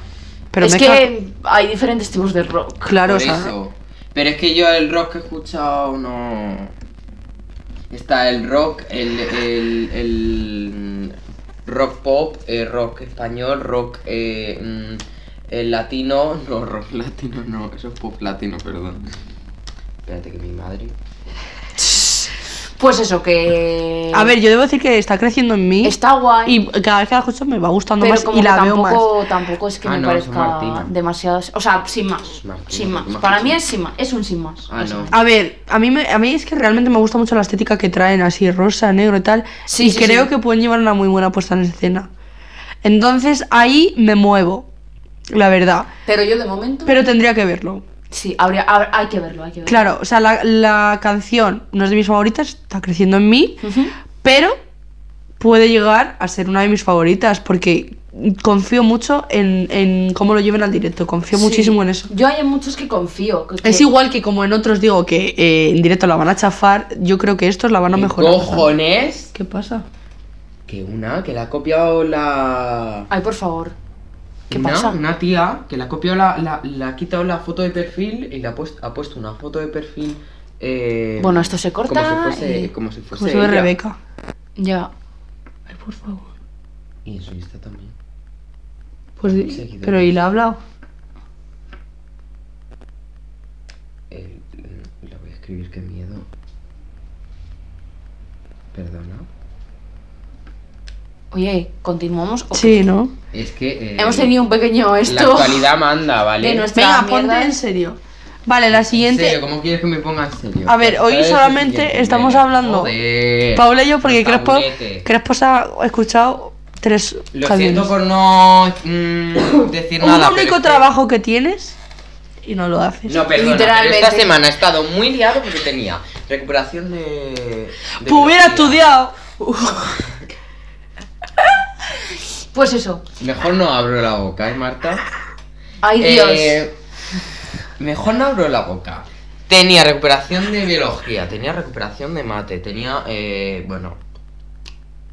Pero
es
mezcla-
que hay diferentes tipos de rock.
Claro, o
por
sea,
eso. Pero es que yo el rock que he escuchado no... Está el rock, el, el, el rock pop, eh, rock español, rock eh, mm, el latino... No, rock latino no, eso es pop latino, perdón. Espérate que mi madre...
Pues eso, que.
A ver, yo debo decir que está creciendo en mí.
Está guay.
Y cada vez que la escucho me va gustando
pero
más
como
y
que
la veo más.
tampoco, tampoco es que
Ah,
me
no,
parezca
es Martina.
demasiado. O sea, sin más.
Martina,
sin más.
¿qué más
Para
que
mí
sí?
es sin más. Es un sin más.
Ah,
es
no.
un-
A ver, a mí, me- a mí es que realmente me gusta mucho la estética que traen, así rosa, negro y tal.
Sí,
y
sí,
creo
sí.
que pueden llevar una muy buena puesta en escena. Entonces ahí me muevo, la verdad.
Pero yo de momento.
Pero tendría que verlo.
Sí, habría, hab- hay que verlo, hay que verlo.
Claro, o sea, la, la canción no es de mis favoritas, está creciendo en mí,
Ujú.
pero puede llegar a ser una de mis favoritas porque confío mucho en, en cómo lo lleven al directo, confío
Sí.
muchísimo en eso.
Yo hay en muchos que confío. que-
Es
que-
igual que como en otros digo que eh, en directo la van a chafar, yo creo que estos la van a mejorar.
¡Cojones!
¿Qué pasa?
Que una, que la ha copiado la...
Ay, por favor. ¿Qué
Una-
pasa?
Una tía que la ha copiado, la, la, la ha quitado la foto de perfil y le ha, puest- ha puesto una foto de perfil. eh,
Bueno, esto se corta
Como si fuese.
y-
Como si fuese.
Como se ve
ella.
Rebeca.
Ya.
Ay, por favor.
Y en su Insta también.
Pues, di-
Seguidores.
pero ¿y la ha hablado?
El- el- la voy a escribir, qué miedo. Perdona.
Oye, continuamos. o-
Sí, ¿no?
Es que. eh,
Hemos tenido un pequeño
La
esto.
actualidad manda, ¿vale?
de nuestra-
Venga,
mierda
ponte
es-
en serio. Vale, la
En
siguiente.
serio, ¿cómo quieres que me ponga en serio?
A ver, hoy
¿Cuál es el
solamente
siguiente?
estamos
Venga,
hablando-
joder.
Paula y yo, porque
Los
Crespo,
taburetes.
Crespo se ha escuchado tres
Lo
canciones.
siento por no mm, decir
Un
nada. pero
único
es que-
trabajo que tienes y no lo haces.
No, perdona,
Literalmente.
pero esta semana he estado muy liado porque tenía recuperación de... de
Pues hubiera
velocidad.
estudiado.
Pues eso.
Mejor no abro la boca, ¿eh, Marta?
Ay, Dios.
Eh, mejor no abro la boca. Tenía recuperación de biología, tenía recuperación de mate, tenía, eh, bueno,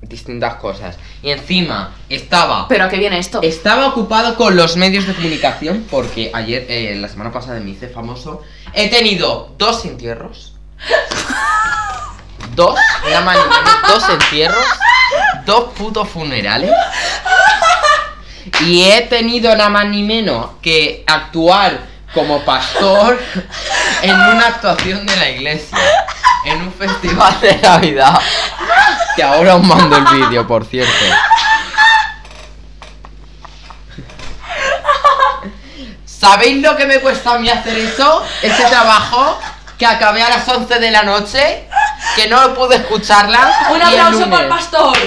distintas cosas. Y encima estaba...
Pero a qué viene esto.
Estaba ocupado con los medios de comunicación porque ayer, eh, la semana pasada me hice famoso. He tenido dos entierros. Dos, nada más ni menos, dos entierros. Dos putos funerales. Y he tenido nada más ni menos que actuar como pastor en una actuación de la iglesia. En un festival de Navidad. Que ahora os mando el vídeo, por cierto. ¿Sabéis lo que me cuesta a mí hacer eso? Ese trabajo que acabé a las 11 de la noche, que no pude escucharla.
Un
y el
aplauso
lunes.
para el pastor.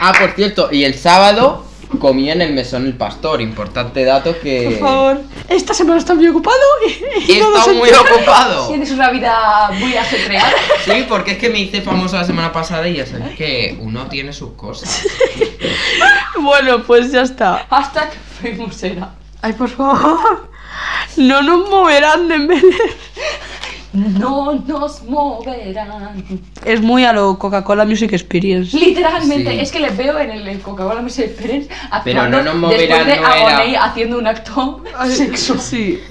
Ah, por cierto, y el sábado comí en el mesón El Pastor, importante dato que...
Por favor. Esta semana está muy ocupado. Eh. Y,
He
y no lo
estado
sé.
muy ocupado.
Tienes una vida muy ajetreada.
Sí, porque es que me hice famoso la semana pasada y ya sabéis que uno tiene sus cosas.
Bueno, pues ya está.
Hashtag famous era.
Ay, por favor. No nos moverán de Belén. No nos moverán. Es muy a lo Coca-Cola Music Experience.
Literalmente,
Sí.
es que les veo en el, el Coca-Cola Music Experience
Pero
actuando
no nos
después
moverán,
de
no era.
Agoney haciendo un acto sexual.
Sí.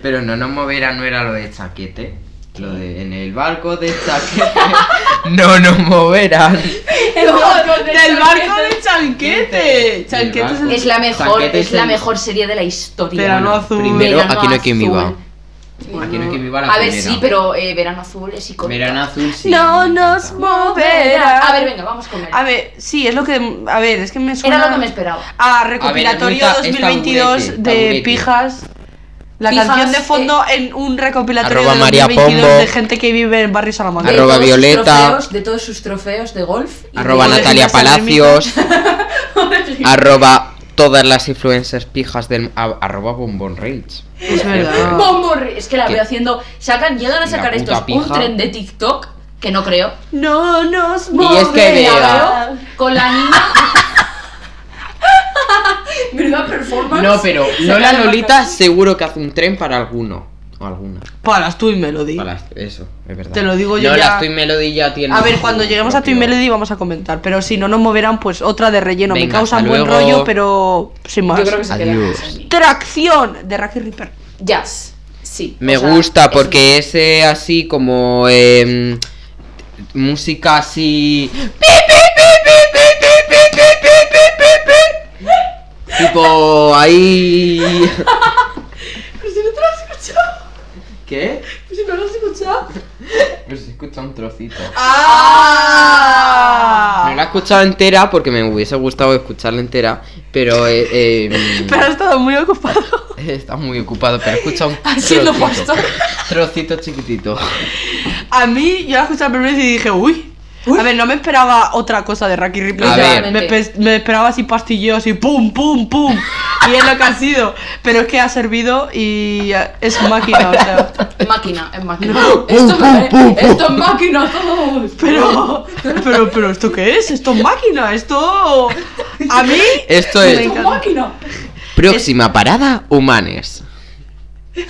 Pero no nos moverá, no era lo de chaquete. Lo de en el barco de chaquete. no nos moverán.
El barco de
del barco
Chanquete.
de Chanquete. Chanquete es
barco.
el
Es la mejor,
Chanquete
es
es
la
el-
mejor serie de la historia.
Verano azul.
Primero,
Verano
aquí no hay quien
azul.
viva.
Bueno,
Aquí no hay quien viva la
A ver,
primera.
sí, pero eh, Verano Azul es icónico.
Verano azul sí.
No
me
nos
encanta.
moverá.
A ver, venga, vamos con Verano.
A ver, sí, es lo que. A ver, es que me suena.
Era lo que me esperaba.
A recopilatorio
A ver, es muy ta- es
2022
taburete,
de
taburete.
Pijas. La
Pijas,
canción de fondo en un recopilatorio
eh, Arroba
de
María
2022
Pombo.
de gente que vive en barrio Salamanca.
De
Arroba
todos sus
Violeta.
trofeos- de todos sus trofeos de golf. y
Arroba
de-
Natalia
Iglesia
Palacios. arroba todas las influencers pijas del. a- arroba Bombón Rage.
Es verdad.
Bombo Re- Es que la
¿Qué?
veo haciendo. Sacan, llegan a
La
sacar
puta
estos un
pija.
tren de TikTok, que no creo.
No nos
Y es que
La
vea.
veo con la niña. ¿Verdad? Performance.
No, pero
Sacan
Lola
la-
Lolita seguro que hace un tren para alguno. O alguna.
Paras tú y Melody.
Para eso, es verdad.
Te lo digo yo
Lola,
ya.
Twin Melody ya tiene.
A ver,
su
cuando lleguemos a tu
propio-
Melody vamos a comentar. Pero si no nos moverán, pues otra de relleno. Me
Venga,
causa
hasta
buen
luego.
rollo, pero sin más.
Yo creo que se queda
Adiós.
así.
Tracción de Racky Ripper.
Jazz. Sí.
Me
o sea,
gusta
eso.
porque ese así como em, música así tipo ahí ¿Qué?
Si no lo has escuchado.
Pues he escuchado un trocito. No
¡Ah!
la he escuchado entera porque me hubiese gustado escucharla entera, pero eh, em,
Pero has estado muy ocupado.
está muy ocupado, pero he escuchado un
Haciendo
trocito,
postre.
trocito chiquitito.
A mí, yo la escuché al primero y dije, uy. A ver, no me esperaba otra cosa de Racky Ripley.
A
o sea,
ver.
me, pe- me esperaba así pastilleos así pum, pum, pum. Y es lo que ha sido. Pero es que ha servido y eh, es máquina, o sea.
Máquina, es máquina. esto, me- esto es máquina, todos.
Pero, pero, pero, ¿esto qué es? Esto es máquina, esto. A mí.
Esto es
Esto
Me
es
encanta.
máquina.
próxima parada, humanes.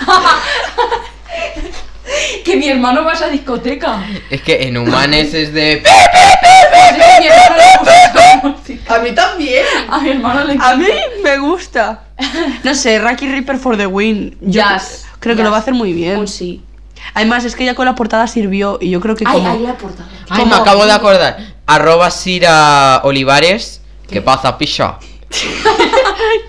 Que mi hermano va a esa discoteca.
Es que en humanes es de.
Es que mi hermano le gusta la música.
A mí también.
A mi hermano le
A
encanta.
mí me gusta. No sé, Rocky Reaper for the win. Yo
Jazz,
creo que
jazz.
lo va a hacer muy bien.
Un sí.
Además, es que ya con la portada sirvió y yo creo que
Ay,
como.
ahí la portada.
Ay, me
¿Cómo?
acabo de acordar. Arroba Sira Olivares. ¿Qué pasa, picha?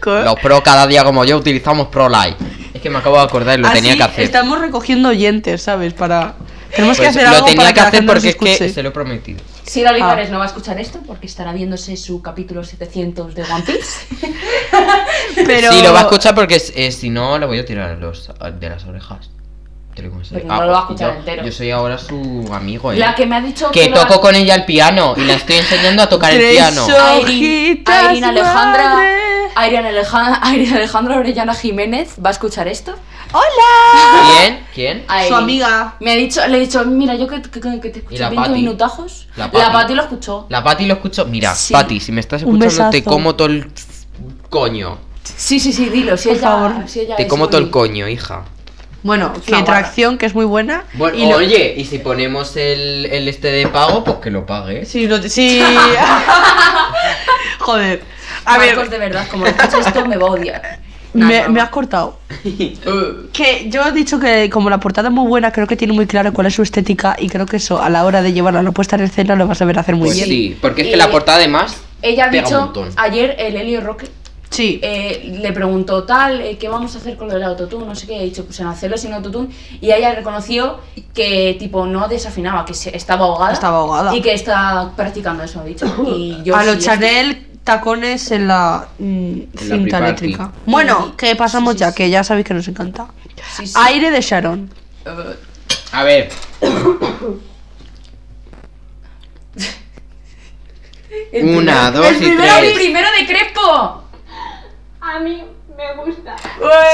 Co-
Los pro cada día como yo utilizamos ProLive. Es que me acabo de acordar y lo
Así
tenía que hacer.
Ah, Estamos recogiendo oyentes, ¿sabes? Para. Tenemos que
Pues
hacer
lo
algo
tenía
para
que
la
hacer
gente nos
porque es que
escuche.
se lo he prometido.
Sira
Ah.
Olivares no va a escuchar esto porque estará viéndose su capítulo 700 de One Piece.
Pero...
Sí, lo va a escuchar porque es- eh, si no, le voy a tirar los, de las orejas. Te lo aconsejo.
Pero no lo va a
pues,
escuchar
yo,
entero.
Yo soy ahora su amigo, eh.
La que me ha dicho
Que
lo va-
toco con ella el piano y la estoy enseñando a tocar el
Tres
piano.
horas.
Airin,
Ojitas,
Airin Alejandra,
madre.
Airin Alejandra, Airin Alejandra Orellana Jiménez va a escuchar esto.
¡Hola!
¿Quién? ¿Quién?
Airin.
amiga.
Me ha dicho, le he dicho, mira, yo que, que- que te escucho
la
20
Pati?
minutajos.
La
La
Pati.
Pati lo escuchó.
La Pati lo escucho. Mira,
Sí.
Pati, si me estás
Un
escuchando, te
besazo.
como todo el coño.
Sí, sí, sí, dilo. Si
Por
ella-
favor.
si ella
Te
es
como todo el
muy-
coño, hija.
Bueno,
una
que
guarra.
tracción, que es muy buena.
Bueno,
y lo-
oye, y si ponemos el, el este de pago, pues que lo pagues.
Sí, no te- sí. Joder. A
Marcos,
ver,
de verdad, como lo escucha esto, me va a odiar.
me,
Nada,
me
no. Uh.
has cortado. Que yo he dicho que como la portada es muy buena, creo que tiene muy claro cuál es su estética y creo que eso a la hora de llevarla a la puesta en escena lo vas a ver hacer muy
Pues
bien.
sí, porque es que
Eh,
la portada además
Ella ha
pega un
dicho,
montón.
ayer el Helio Roque
Sí.
eh, le preguntó tal, eh, ¿qué vamos a hacer con lo del autotune? No sé qué, he dicho, pues en hacerlo sin autotune. Y ella reconoció que, tipo, no desafinaba, que se- estaba ahogada.
Estaba ahogada.
Y que está practicando eso, ha dicho. Y yo
a
sí,
los
estoy-
Chanel tacones en la mm, cinta
pre-party.
eléctrica. Bueno,
Sí,
que pasamos
sí,
ya,
sí.
que ya sabéis que nos encanta.
Sí, sí.
Aire de Sharon.
Eh,
A ver,
el
una,
primero-
dos
el
y
primero
tres.
¡El primero de Crespo!
A mí me gusta.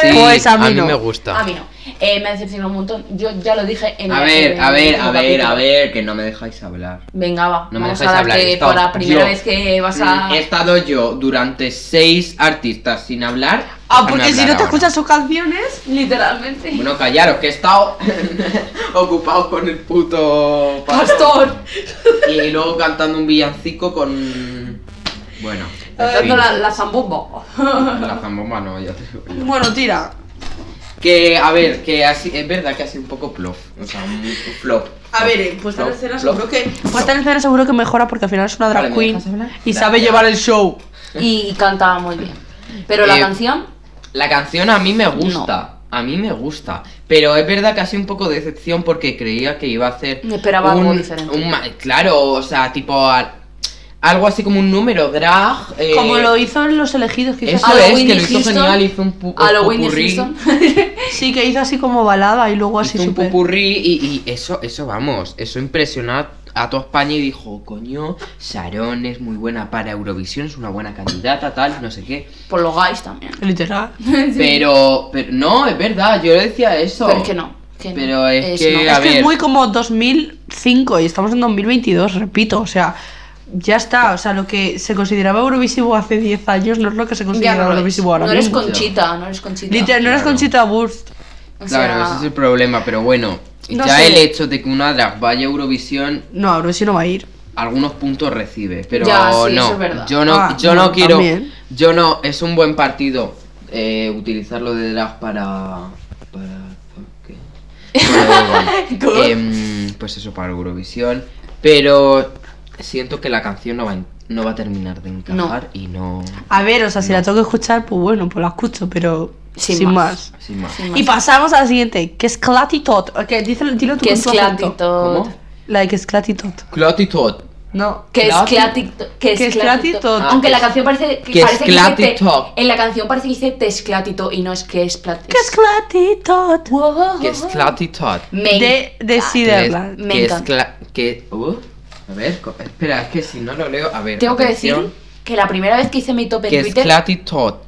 Sí,
Pues a
a
mí
Pues mí
no.
me gusta.
A mí no. Eh, me ha decepcionado un montón. Yo ya lo dije en
A
el-
ver,
en
a
el
ver,
último
a ver,
capítulo.
a ver, que no me dejáis hablar.
Venga, va.
No me
vamos
dejáis
a darte
hablar. stop.
por la primera
Yo,
vez que vas
mm,
a.
He estado yo durante seis artistas sin hablar.
Ah,
Déjame
porque si
hablar
no te
ahora.
escuchas sus canciones.
Literalmente.
Bueno, callaros, que he estado ocupado con el puto
Pastor.
Y luego cantando un villancico con. Bueno. en
Dando
fin,
la, la zambomba.
la zambomba no, ya te digo yo.
Bueno, tira.
Que, a ver, que así, es verdad que ha sido un poco plof. O sea, un un flop.
A
Flop,
ver, eh, pues
flop,
tal escena
flop.
seguro que. Pues tal escena seguro que mejora porque al final es una drag
Vale, ¿me dejas
queen
hablar?
y
Gracias.
sabe llevar el show.
Y cantaba muy bien. Pero la
Eh,
canción.
La canción a mí me gusta. A mí me gusta. Pero es verdad que ha sido un poco de decepción porque creía que iba a ser.
Me esperaba
un,
algo diferente.
un ma- claro, o sea, tipo. al- algo así como un número, drag. eh,
Como lo hizo en los elegidos que hizo.
Eso
a lo
es,
Whitney
que lo hizo
Houston,
genial, hizo un pu-
A lo
popurrí.
Whitney Houston.
Sí, que hizo así como balada y luego así
hizo un
super.
pupurrí y, y eso, eso vamos, eso impresionó a, a toda España y dijo, coño, Sharon es muy buena para Eurovisión, es una buena candidata, tal, no sé qué.
Por los guys también.
Literal.
Pero, pero no, es verdad, yo decía eso.
Pero es que no. que no.
Pero es que-
no.
A
es que
ver.
es muy como 2005 y estamos en 2022, repito, o sea, ya está, o sea, lo que se consideraba Eurovisivo hace 10 años no es lo que se
Ya
considera
no, lo eres.
Eurovisivo ahora
No eres
mismo.
conchita, no eres conchita.
Literal, no eres
Claro.
Conchita Wurst.
O sea,
Claro, ese es el problema, pero bueno,
No
ya
sé.
el hecho de que una drag vaya a Eurovisión,
No, Eurovisión no va a ir.
algunos puntos recibe, pero
Ya, sí,
no,
eso es verdad.
yo no,
Ah,
yo no
bueno,
quiero,
también.
yo no, es un buen partido eh, utilizarlo de drag para, para, ¿qué? Bueno, da igual.
Good.
Em, pues eso para Eurovisión, pero siento que la canción no va, en- no va a terminar de encajar y no,
A ver, o sea, si
No.
la tengo que escuchar, pues bueno, pues la escucho, pero
Sin
sin,
más.
más.
sin más.
sin
Y
más.
pasamos a la siguiente, que es Clatitot. Que dice, dilo tú
Que
con
es
tu acento.
clatito.
¿Cómo?
La de que es Clatitot.
Clotitot.
No.
Que es
Clati-
clatito. Que
que
es
es
clatito.
clatito.
Ah,
Aunque
que
la
es-
canción parece
que
que
es
parece que dice te-
clatito.
En la canción parece que dice te es clatito y no es que es platito.
Que es Clatitot.
Wow.
Que es Clotitot.
Me-
De, de Siderland.
Me
que es
encanta.
cla- que- uh, a ver, co- espera, es que si no lo leo, a ver.
Tengo que
atención,
decir que la primera vez que hice mi top en
que es
Twitter,
Clatitot.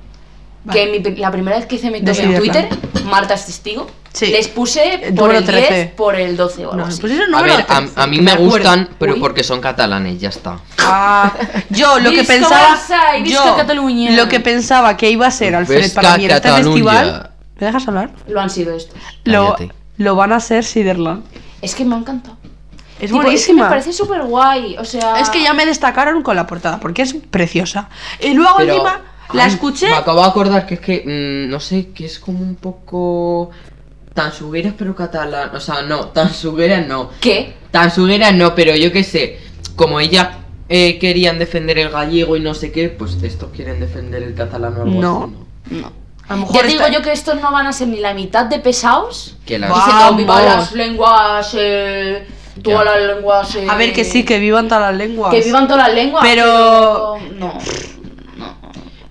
que mi pri- la primera vez que hice mi top
De
en
Siderland.
Twitter, Marta es testigo,
Sí.
les puse
El
por
número
el 10,
13.
por el 12 o algo
No,
así.
pues eso no
A
me lo
ver, a,
atención,
a mí
que
me
acuerdo.
gustan, pero
Uy.
porque son catalanes, ya está.
Ah, yo lo que
Visca
pensaba
Barça y visca
yo
Cataluña.
lo que pensaba que iba a ser Alfred
Visca
para mí en este
Cataluña.
festival ¿me dejas hablar?
Lo han sido estos.
Lo,
Cállate.
lo van a hacer Siderland
Es que me ha encantado.
es
Tipo,
buenísima
que me parece súper guay. O sea.
Es que ya me destacaron con la portada porque es preciosa y luego
Pero-
encima la
Ay,
escuché
Me acabo de acordar que es que, mm, no sé, que es como un poco. Tan sugueras, pero catalán. O sea, no, tan sugueras no.
¿Qué?
Tan sugueras no, pero yo qué sé. Como ellas eh, querían defender el gallego y no sé qué, pues estos quieren defender el catalán o algo
No.
así, ¿no?
No.
a lo
Ya
mejor
te digo
está-
yo que estos no van a ser ni la mitad de pesados.
Que la-
Buah.
Diciendo, viva
Vamos.
las lenguas. Eh, todas
Ya.
las lenguas. eh,
a ver que sí que vivan todas las lenguas
Que vivan todas las lenguas.
Pero-
pero No. no.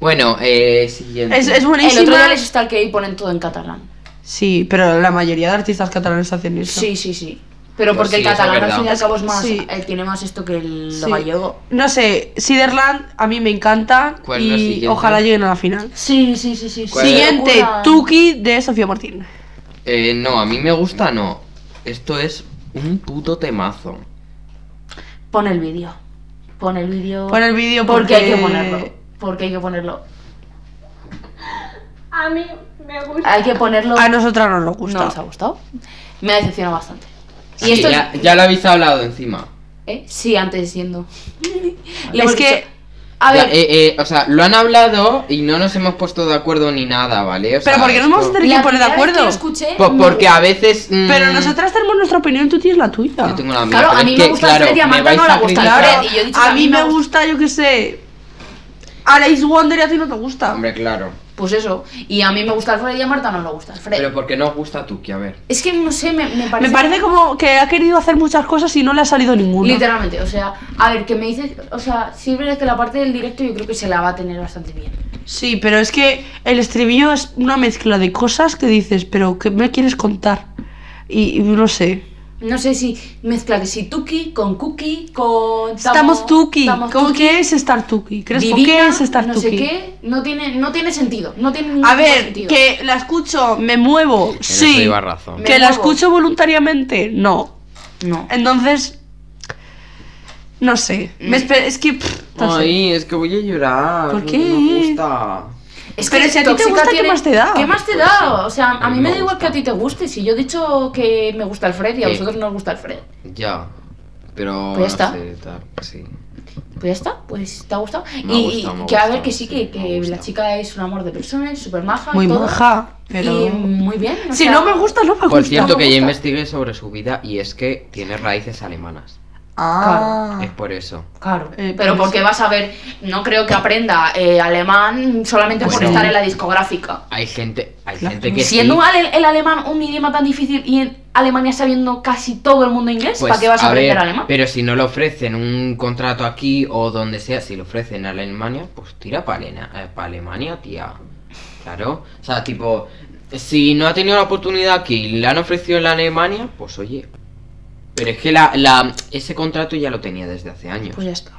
Bueno, eh, siguiente.
es, es
El otro
buenísima
día les está el que ahí ponen todo en catalán.
sí pero la mayoría de artistas catalanes hacen eso
Sí, sí, sí. Pero
Pues
porque
sí,
el
eso es
catalán al
verdad.
fin y al cabo es más.
Sí.
eh, tiene más esto que el
Sí.
lo gallego.
no sé Siderland a mí me encanta
¿Cuál es la
y
siguiente?
ojalá lleguen a la final
Sí, sí, sí, sí.
¿Cuál
sí,
Siguiente,
locura.
Tuki de Sofía Martín.
Eh, no, a mí me gusta no. Esto es un puto temazo.
Pon el vídeo. Pon el vídeo.
Pon el vídeo
Porque hay que
porque-
ponerlo. Porque hay que ponerlo.
A mí me gusta.
Hay que ponerlo.
A nosotras no nos
no os ha
gusta.
gustado. Me ha decepcionado bastante. Y
Sí,
esto.
ya, ya lo habéis hablado encima.
¿Eh? Sí, antes siendo. Le
Es
hemos
que-
dicho, A
Ya,
ver.
eh, eh, o sea, lo han hablado y no nos hemos puesto de acuerdo ni nada, ¿vale? O
Pero
sea,
¿por qué no vamos a
esto-
tener
la
que poner
primera vez
de
que
acuerdo?
lo escuché,
Po-
me-
porque a veces. mm,
Pero nosotras tenemos nuestra opinión, tú tienes la tuya.
Yo tengo la mía.
Claro,
pero
a
es
mí me
que,
gusta
claro,
Fred y a
me
Marta
vais
no le
a
gusta
criticar.
Fred y
Claro,
yo he dicho que
a mí me gusta, yo qué sé. Alice Wonder y a ti no te gusta.
Hombre, claro.
Pues eso. Y a mí me gusta el Fred y a Marta no le gusta el Fred.
Pero porque no os gusta Tuki, a ver.
Es que no sé, me, me parece.
Me parece como que ha querido hacer muchas cosas y no le ha salido ninguna.
Literalmente, o sea, a ver, que me dices, o sea, sí es verdad que la parte del directo yo creo que se la va a tener bastante bien.
Sí, pero es que el estribillo es una mezcla de cosas que dices, pero ¿qué me quieres contar? Y, y no sé.
No sé si mezcla que si Tuki con Cookie, con.
Estamos tuki.
estamos
¿Cómo
tuki,
que es estar tuki? ¿Crees que
divina,
qué es estar
no
tuki?
sé qué, no tiene, no tiene sentido. No tiene ningún
A
tipo de
ver,
sentido.
que la escucho, Mm. me muevo, sí.
iba razón.
Me
Que la
muevo.
escucho voluntariamente, no.
No.
Entonces, no sé.
Mm.
Me espe- es que. pff, no sé.
Ay, es que voy a llorar.
¿Por
no-
qué?
No me gusta.
Es
Pero si a ti te
tóxica
gusta, ¿qué más te da?
¿Qué más te
Pues
da?
sí.
O sea, a
A mí
mí
me
me da igual
gusta.
que a ti te guste. Si yo he dicho que me gusta Alfred y a
Sí.
vosotros no os gusta Alfred.
Ya. Pero.
Pues ya
no
está.
sé, tal, sí.
Pues ya está, pues te ha gustado.
Me ha
y
gustado, me
y
ha
que a ver
gustado,
que sí,
sí,
que,
me ha
que la
gustado.
chica es un amor de persona, es súper maja.
Muy
todo.
maja, pero.
Y muy bien. o
Si
sea,
no me gusta, no me gusta.
Por cierto, que
Ah, gusta.
ya investigué sobre su vida y es que tiene raíces alemanas.
Ah.
Es por eso.
Claro,
Eh,
pero
pues-
porque vas a ver, no creo que aprenda eh, alemán solamente
Pues
por
Bueno.
estar en la discográfica.
Hay gente, hay
Claro.
gente que
Siendo
sí.
un ale- el alemán un idioma tan difícil y en Alemania sabiendo casi todo el mundo inglés,
Pues,
¿para qué vas a, aprender
ver,
alemán?
Pero si no le ofrecen un contrato aquí o donde sea, si lo ofrecen a Alemania, pues tira para Alemania, tía. Claro. O sea, tipo, si no ha tenido la oportunidad aquí y le han ofrecido en la Alemania, pues oye. Pero es que la, la- ese contrato ya lo tenía desde hace años.
Pues ya está.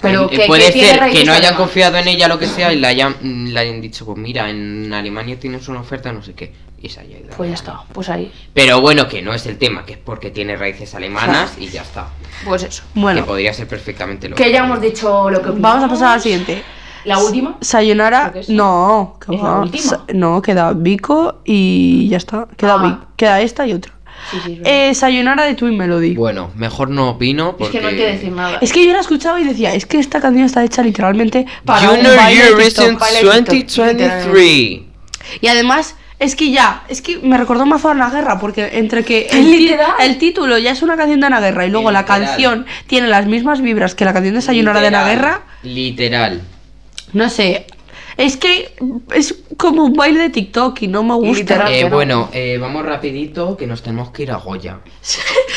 Pero
Eh,
que,
puede
que tiene
ser que
raíces
no hayan
alemanas.
confiado en ella lo que sea y le hayan, mm, le hayan dicho, pues mira, en Alemania tienes una oferta, no sé qué. Y se haya ido a
Pues ya
Alemania.
está, pues ahí.
Pero bueno, que no es el tema, que es porque tiene raíces alemanas y ya está.
Pues eso.
que
Bueno,
podría ser perfectamente lo
Que ya hemos dicho lo que
vamos a pasar
opinamos.
al siguiente.
La última.
Sayonara,
Creo que sí.
no, que
Es la
va.
última.
Sa- no, queda Vico y ya está. Queda,
Ah.
Vic- queda esta y otra.
Sí, sí, es verdad.
Eh, Sayonara de Twin Melody.
Bueno, mejor no opino
es
porque...
que no hay que decir nada.
Es que yo la escuchaba y decía, es que esta canción está hecha literalmente para un
Junior
baile de
Eurovision
TikTok.
baile de TikTok,
2023.
Y además, es que ya, es que me recordó mazo a Ana Guerra, porque entre que el, ti-
Literal.
el título ya es una canción de Ana Guerra y luego la
Literal.
canción tiene las mismas vibras que la canción de Sayonara de Ana
Literal,
Guerra,
Literal.
no sé. Es que es como un baile de TikTok y no me gusta.
Literal. Claro
Eh,
que no.
bueno, eh, vamos rapidito que nos tenemos que ir a Goya.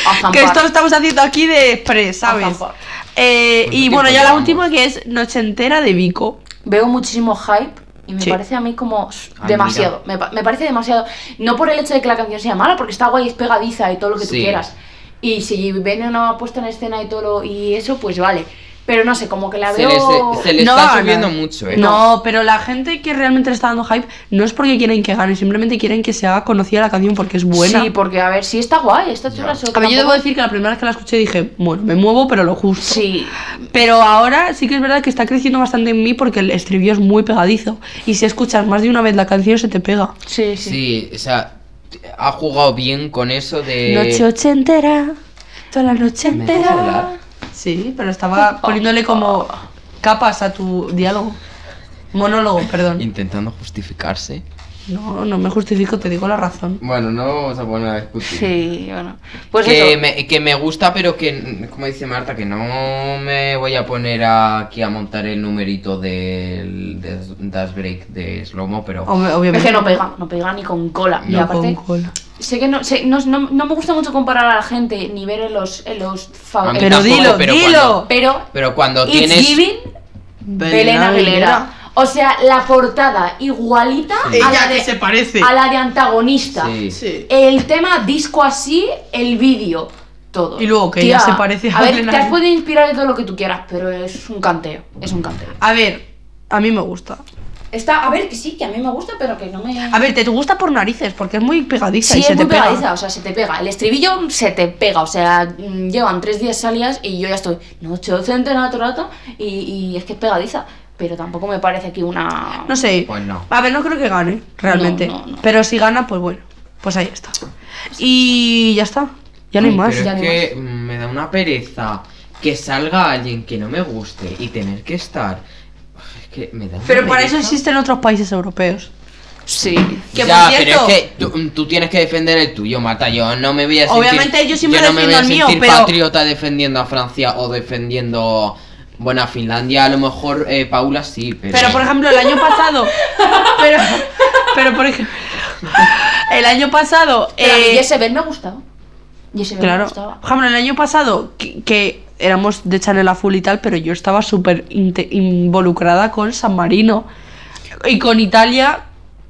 A zampar.
Que esto lo estamos haciendo aquí de express, ¿sabes?
Ojalá.
Eh,
¿Cuánto
y
tiempo
bueno, ya la
llevamos?
última que es Noche entera de Vico.
Veo muchísimo hype y me
Sí.
parece a mí como s-
Ah,
demasiado. Me, pa- me parece demasiado. No por el hecho de que la canción sea mala, porque está guay, es pegadiza y todo lo que tú
Sí.
quieras. Y si viene una puesta en escena y todo lo- y eso, pues vale. Pero no sé, como que la
Se
veo.
le, se, se le
No va a
está
ganar.
subiendo mucho, ¿eh?
No, pero la gente que realmente le está dando hype no es porque quieren que gane, simplemente quieren que se haga conocida la canción porque es buena.
Sí, porque a ver, sí está guay, está
Ya.
chula. solo
A ver,
tampoco-
yo debo decir que la primera vez que la escuché dije, bueno, me muevo, pero lo justo.
Sí,
Pero ahora sí que es verdad que está creciendo bastante en mí porque el estribillo es muy pegadizo. Y si escuchas más de una vez la canción se te pega.
sí, sí.
Sí, o sea, ha jugado bien con eso de...
Noche ochentera, toda la noche
Eh, ¿Me dejas
entera.
hablar?
Sí, pero estaba poniéndole como capas a tu diálogo. Monólogo, perdón.
Intentando justificarse.
No, no me justifico, te digo la razón.
Bueno, no vamos a poner a discutir.
Sí, bueno. Pues
que,
eso.
me, que me gusta, pero que, mm, como dice Marta, que no me voy a poner aquí a montar el numerito del del Dash Break de Slomo, pero.
Ob-
Es
obviamente.
que no pega, no pega ni con cola. y
No
aparte,
con cola.
sé que no, sé- no, no- no me gusta mucho comparar a la gente ni ver en los, en los fa-
A mí
en-
Pero
tampoco,
dilo,
pero
dilo.
cuando-
pero,
Pero cuando
It's
tienes.
Giving Belén Aguilera. O sea, la portada igualita
Sí.
a, la
Ella que se
de,
parece.
a la de antagonista.
Sí.
Sí.
El tema disco así, el vídeo, todo.
Y luego que
Tía,
ella se parece a
a ver,
Belén
te has
Aguilera.
podido inspirar de todo lo que tú quieras, pero es un canteo, es un canteo.
A ver, a mí me gusta.
Está, a ver, que sí, que a mí me gusta, pero que no me...
A ver, te gusta por narices, porque es muy pegadiza
Sí,
y se
es
te
muy
pega.
pegadiza, o sea, se te pega. El estribillo se te pega, o sea, mm, llevan tres días salidas y yo ya estoy, no, chocente, nada, todo el rato, y, y es que es pegadiza, pero tampoco me parece aquí una...
No sé.
Pues no.
A ver, no creo que gane, realmente.
No, no, no.
Pero si gana, pues bueno. Pues ahí está. Y ya está. Ya no hay
Ay,
más.
Pero
Ya
es
no hay
que mm, me da una pereza que salga alguien que no me guste y tener que estar. Es que me da una
Pero para eso
pereza.
existen otros países europeos.
Sí.
Que,
ya,
por
pero
cierto-
es que tú, mm, tú tienes que defender el tuyo, Marta. Yo no me voy a sentir.
Obviamente yo siempre
no me voy
defiendo
a
el mío,
sentir
pero-
patriota defendiendo a Francia o defendiendo. Bueno, a Finlandia a lo mejor eh, Paula sí, pero.
Pero por ejemplo, el año pasado. pero, pero por ejemplo. El año pasado.
Pero a
eh,
mí Jezebel me ha gustado. Jezebel me
Claro.
gustaba.
Por ejemplo, el año pasado, que, que éramos de Chanel a full y tal, pero yo estaba súper inte- involucrada con San Marino. Y con Italia,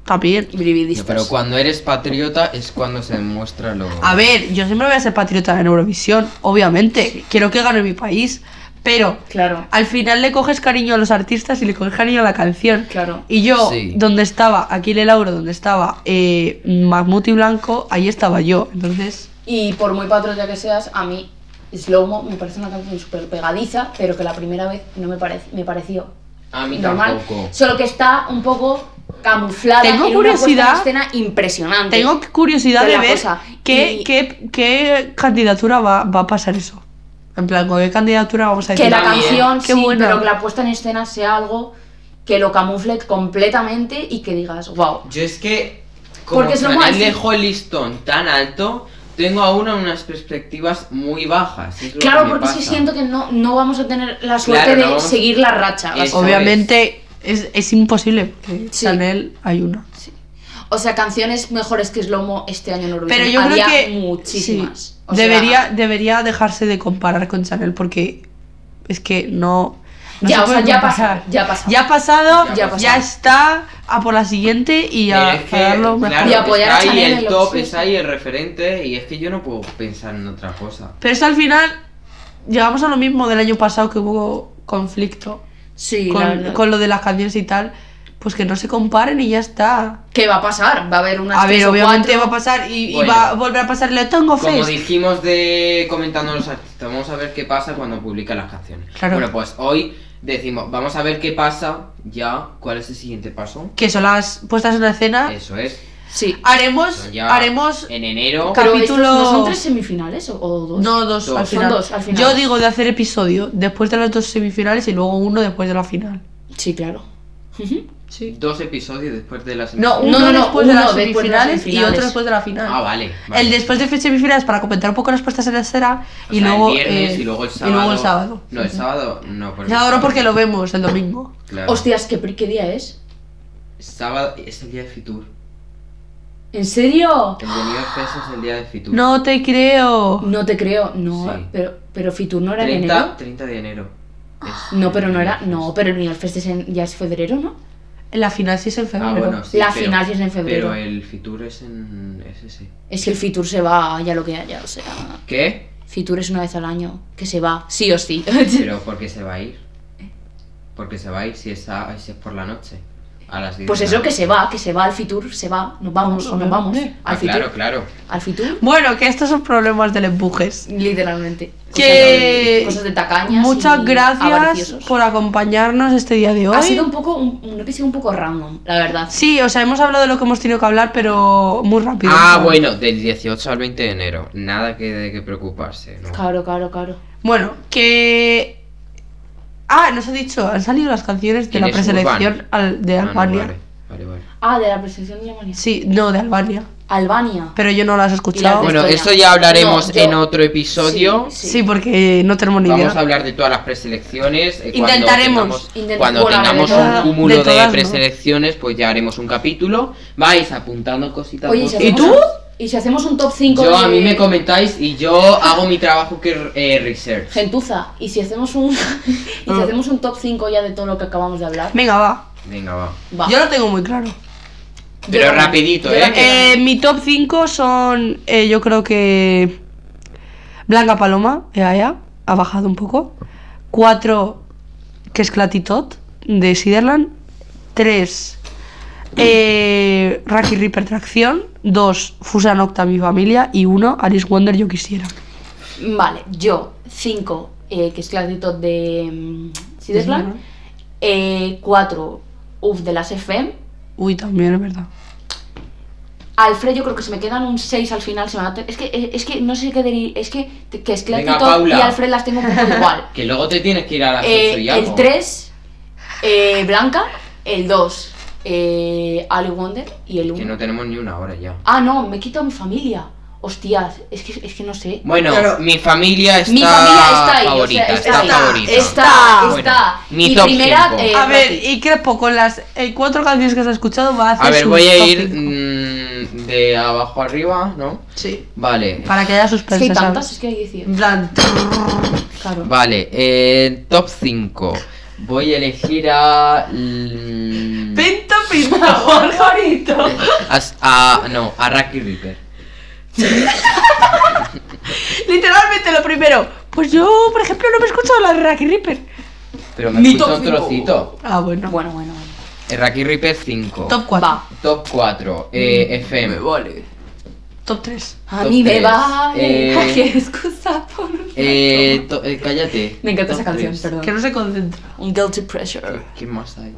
También.
Brividistas.
Pero cuando eres patriota es cuando se demuestra lo.
A ver, yo siempre voy a ser patriota en Eurovisión, obviamente. Quiero que gane mi país. Pero
Claro.
al final le coges cariño a los artistas y le coges cariño a la canción.
Claro.
Y yo,
Sí.
donde estaba Aquile Lauro, donde estaba eh, Mahmoud y Blanco, ahí estaba yo. Entonces,
Y por muy patriota que seas, a mí Slow Mo me parece una canción súper pegadiza, pero que la primera vez no me, parec- me pareció
A mí
normal.
tampoco.
Solo que está un poco camuflada.
Tengo
en una puesta en
curiosidad-
escena impresionante.
tengo curiosidad
Pero
de
la
ver
cosa,
qué,
y-
qué- qué candidatura va, va a pasar eso. En plan, ¿con qué candidatura vamos a decir?
que la
También,
canción,
qué
sí,
buena.
pero que la puesta en escena sea algo que lo camufle completamente y que digas, wow.
Yo es que. Como
Porque es lo
Fran
más-
dejó el listón tan alto, tengo aún unas perspectivas muy bajas. es lo que
Claro,
me
porque sí
pasa.
siento que no, no vamos a tener la suerte
Claro, no
de
vamos-
seguir la racha.
Eso.
básicamente.
Obviamente es, es imposible, porque
Sí.
Chanel hay una.
O sea, canciones mejores que Slow Mo este año en Eurovisión.
Pero yo
Había
creo que
muchísimas.
sí.
O sea,
debería, debería dejarse de comparar con Chanel porque es que no. no
Ya,
se
o sea,
puede
ya
comparar.
pasó, ya pasó.
Ya ha pasado,
Ya
ya,
pasó.
está, a por la siguiente y a,
Pero es que,
a darlo mejor.
claro,
Y apoyar
está
a Chanel
ahí
en
el
lo que
top,
sea.
está ahí el referente, y es que yo no puedo pensar en otra cosa.
Pero es que al final llegamos a lo mismo del año pasado que hubo conflicto
Sí, la
con,
verdad.
con lo de las canciones y tal. Pues que no se comparen y ya está.
¿Qué va a pasar? Va a haber una.
A ver, obviamente va a pasar y, y
Bueno.
va a volver a pasar lo de Tongo
Como
Fest.
dijimos de comentando los artistas, vamos a ver qué pasa cuando publica las canciones.
Claro.
Bueno, pues hoy decimos, vamos a ver qué pasa ya, cuál es el siguiente paso.
Que son las puestas en la escena.
Eso es.
Sí.
Haremos,
Son ya
Ah, pues haremos
en enero.
Ca-
Pero estos
Capítulo-
¿No son tres semifinales o, o dos?
No, dos,
Dos.
Al
Son
final.
dos, al final.
Yo digo de hacer episodio después de las dos semifinales y luego uno después de la final.
Sí, claro.
Sí.
Dos episodios después de las
No, uno
No, no, no,
después de
uno
las
después de las
semifinales y
semifinales.
otro después de la final.
Ah, vale. vale.
El después de semifinales para comentar un poco las puestas en la escena
O
y
sea,
luego.
el viernes
eh,
y luego el sábado.
Y luego el sábado.
No, el sábado no.
El sábado no, porque lo vemos el domingo.
Claro.
Hostias, ¿qué, pri- ¿qué día es?
Sábado es el día de Fitur.
¿En serio?
El de New York Fest es el día de Fitur.
No te creo.
No te creo. No,
Sí.
pero, pero Fitur no era
30,
en enero.
30 de enero. Es
No,
el
pero no
New
era.
York
No,
Fest.
pero el New York Fest es en- ya es febrero, ¿no?
La final sí es en febrero.
Ah, bueno, sí,
La
pero-
final sí es en febrero.
Pero el Fitur es en. Es ese.
Es que el Fitur se va ya lo que haya, o sea.
¿Qué?
Fitur es una vez al año que se va, sí o sí.
Pero ¿por qué se va a ir?
Eh.
¿Por qué se va a ir si es, a- si es por la noche? A las 10
Pues
de la
eso que
noche.
se va, que se va al Fitur, se va, nos vamos, nos vamos.
Obviamente.
Ah,
Al Fitur.
claro, claro.
Al Fitur,
Bueno, que estos son problemas del empujes.
literalmente.
Que-
Cosas de tacañas.
Muchas
y
gracias
avariciosos.
por acompañarnos este día de hoy.
Ha sido un poco, un, un episodio un poco random, la verdad.
Sí, o sea, hemos hablado de lo que hemos tenido que hablar, pero muy rápido.
Ah,
¿no?
bueno, del 18 al 20 de enero. Nada que, de que preocuparse. ¿no?
Claro, claro, claro.
Bueno, que. Ah, nos ha dicho, han salido las canciones de la
¿Quién es
preselección
Urban?
al- de
Ah, no,
Albania.
vale, vale, vale.
Ah, de la presentación de Alemania.
Sí, no, de Albania.
Albania.
Pero yo no las he escuchado.
Y las de-
Bueno,
Estonia.
eso ya hablaremos
No, yo-
en otro episodio.
Sí,
sí. porque no tenemos ni
Vamos
idea.
a hablar de todas las preselecciones. eh, cuando
Intentaremos.
tengamos-
Intent-
Cuando
bueno,
tengamos
de todas-
un cúmulo
de
de,
todas, ¿no?
preselecciones, pues ya haremos un capítulo. Vais apuntando cositas.
Oye, si
vosotros.
hacemos
tú?
un- ¿Y si hacemos un top 5
Yo a mí me comentáis y yo hago mi trabajo que eh, research.
Gentuza, y si hacemos un y si
Ah.
hacemos un top 5 ya de todo lo que acabamos de hablar.
Venga, va.
Venga, va.
Va.
Yo lo tengo muy claro.
Pero
también.
rapidito,
Yo
¿eh?
también.
Eh, mi top 5 son, eh, yo creo que Blanca Paloma, ya, ya, ha bajado un poco. 4, que es Clatitot, de Siderland. 3, eh, Rocky Reaper Tracción. 2, Fusa Nocta, mi familia. Y 1, Alice Wonder, yo quisiera.
Vale, yo 5, que es clarito de mm, Sidesland.
Ujú.
4, UF de las FM.
Uy, también es verdad.
Alfred, yo creo que se me quedan un 6 al final. Se me va a te- es, que, eh, es que no sé qué deri- Es que, que es
Venga,
clarito
Paula.
y Alfred las tengo un poco igual.
Que luego te tienes que ir a la
Eh,
ocho y
el
algo.
3, Blanca. El 2, Ali Wonder. Y el
Que
1.
no tenemos ni una hora ya.
Ah, no, me quito a mi familia. Hostias, es que, es que no sé.
Bueno,
Claro.
mi familia está,
Mi familia está ahí. o sea,
favorita,
está,
está,
ahí.
favorita.
Está,
Bueno,
está.
mi
Mi
top
primera.
cinco.
eh,
a ver, pues
Rocky.
y Crespo, con las 4 canciones que has escuchado, va a hacer
A ver,
su
voy a
top
ir
cinco.
mm, de abajo arriba, ¿no?
Sí.
Vale.
Para que haya
Es
suspense.
que hay
¿sabes? Mm,
tantas, es que hay 18.
En plan,
Claro.
Vale, eh, top 5. Voy a elegir a. mm,
Pinta, pinta, Gorgonito.
A, a- no, a Rocky Reaper.
Literalmente lo primero. Pues yo, por ejemplo, no me he escuchado la de Rocky Reaper.
Pero me
Ni
escucho
top
un
cinco.
trocito.
Ah, bueno.
Bueno, bueno, bueno.
El Rocky Reaper 5.
Top 4.
Va.
Top 4.
Mm,
Eh, FM.
vale. Top 3.
A
Top
mí me
tres.
vale.
Eh,
Qué excusa por.
Eh, to- eh, cállate.
Me encanta
Top
esa canción,
tres.
Que
perdón.
no se concentra.
Un guilty pressure.
¿Qué más hay?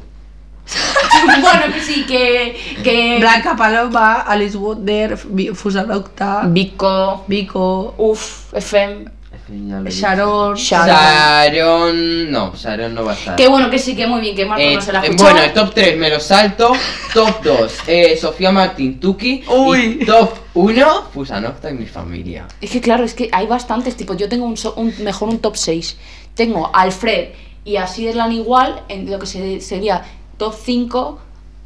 bueno, que sí, que. que...
Blanca Paloma, Alice Wonder, Vi- Fusalocta,
Vico.
Vico,
Uf, FM.
FM ya lo he dicho.
Sharon.
Sharon.
Sharon. No, Sharon no va a estar.
Qué bueno que sí, que muy bien, que Marco
Eh,
no se la ha
eh,
escuchado.
bueno, el top 3 me lo salto. Top 2, eh, Sofía Martín Tuki.
Uy.
Y top 1, Fusanocta y mi familia.
Es que claro, es que hay bastantes tipos. Yo tengo un, so- un- mejor un top 6. Tengo a Alfred y a Siderlan igual, en lo que se- sería top 5,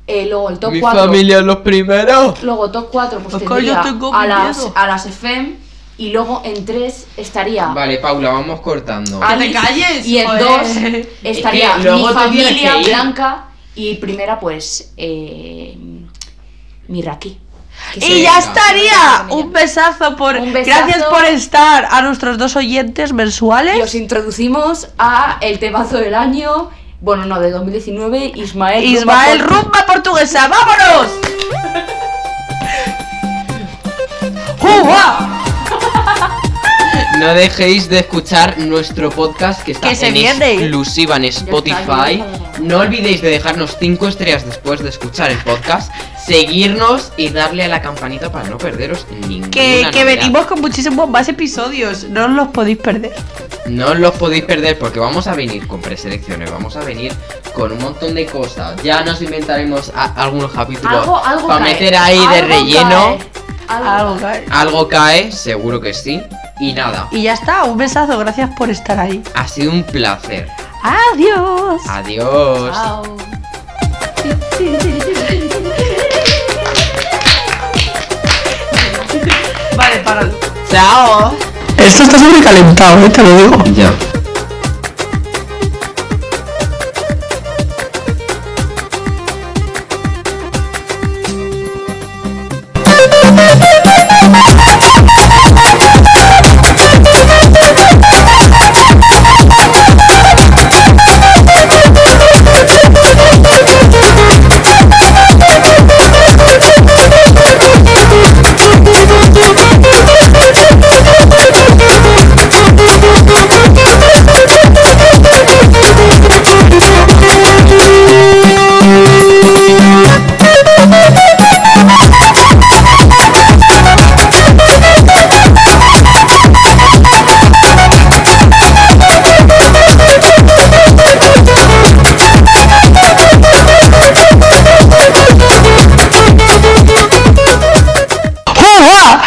eh, luego el top 4.
los primeros.
Luego top 4, pues
Oscar, yo
tendría
tengo
a
miedo.
las, a las FM y luego en 3 estaría
Vale, Paula, vamos cortando.
Ah,
Alice,
te calles,
y en
joder.
dos estaría
Es que luego
mi
te
familia
tienes que ir.
blanca y primera pues eh, mi Raki. Que
Y
se-
ya
Venga.
estaría. Un besazo por.
Un besazo.
Gracias por estar a nuestros dos oyentes mensuales.
Y os introducimos a el temazo del año, bueno no, de 2019, Ismael.
Ismael
Rumba Corta.
Rumba Portuguesa, ¡vámonos! ¡Jua!
No dejéis de escuchar nuestro podcast que está
Que se
en
viene.
exclusiva en
Ya
Spotify.
está, ya está.
No olvidéis de dejarnos 5 estrellas después de escuchar el podcast, seguirnos y darle a la campanita para no perderos ninguna
Que, que
novedad.
venimos con muchísimos más episodios, no os los podéis perder.
No os los podéis perder porque vamos a venir con preselecciones, vamos a venir con un montón de cosas. Ya nos inventaremos a- algunos capítulos
Algo, algo
para
cae,
meter ahí de
algo
relleno.
cae, algo
Algo,
cae.
guys.
Algo cae, seguro que sí. Y nada,
Y ya está, un besazo, gracias por estar ahí.
ha sido un placer.
Adiós.
Adiós.
Chao.
Vale, para.
Chao.
Esto está sobrecalentado, eh, te lo digo.
Ya.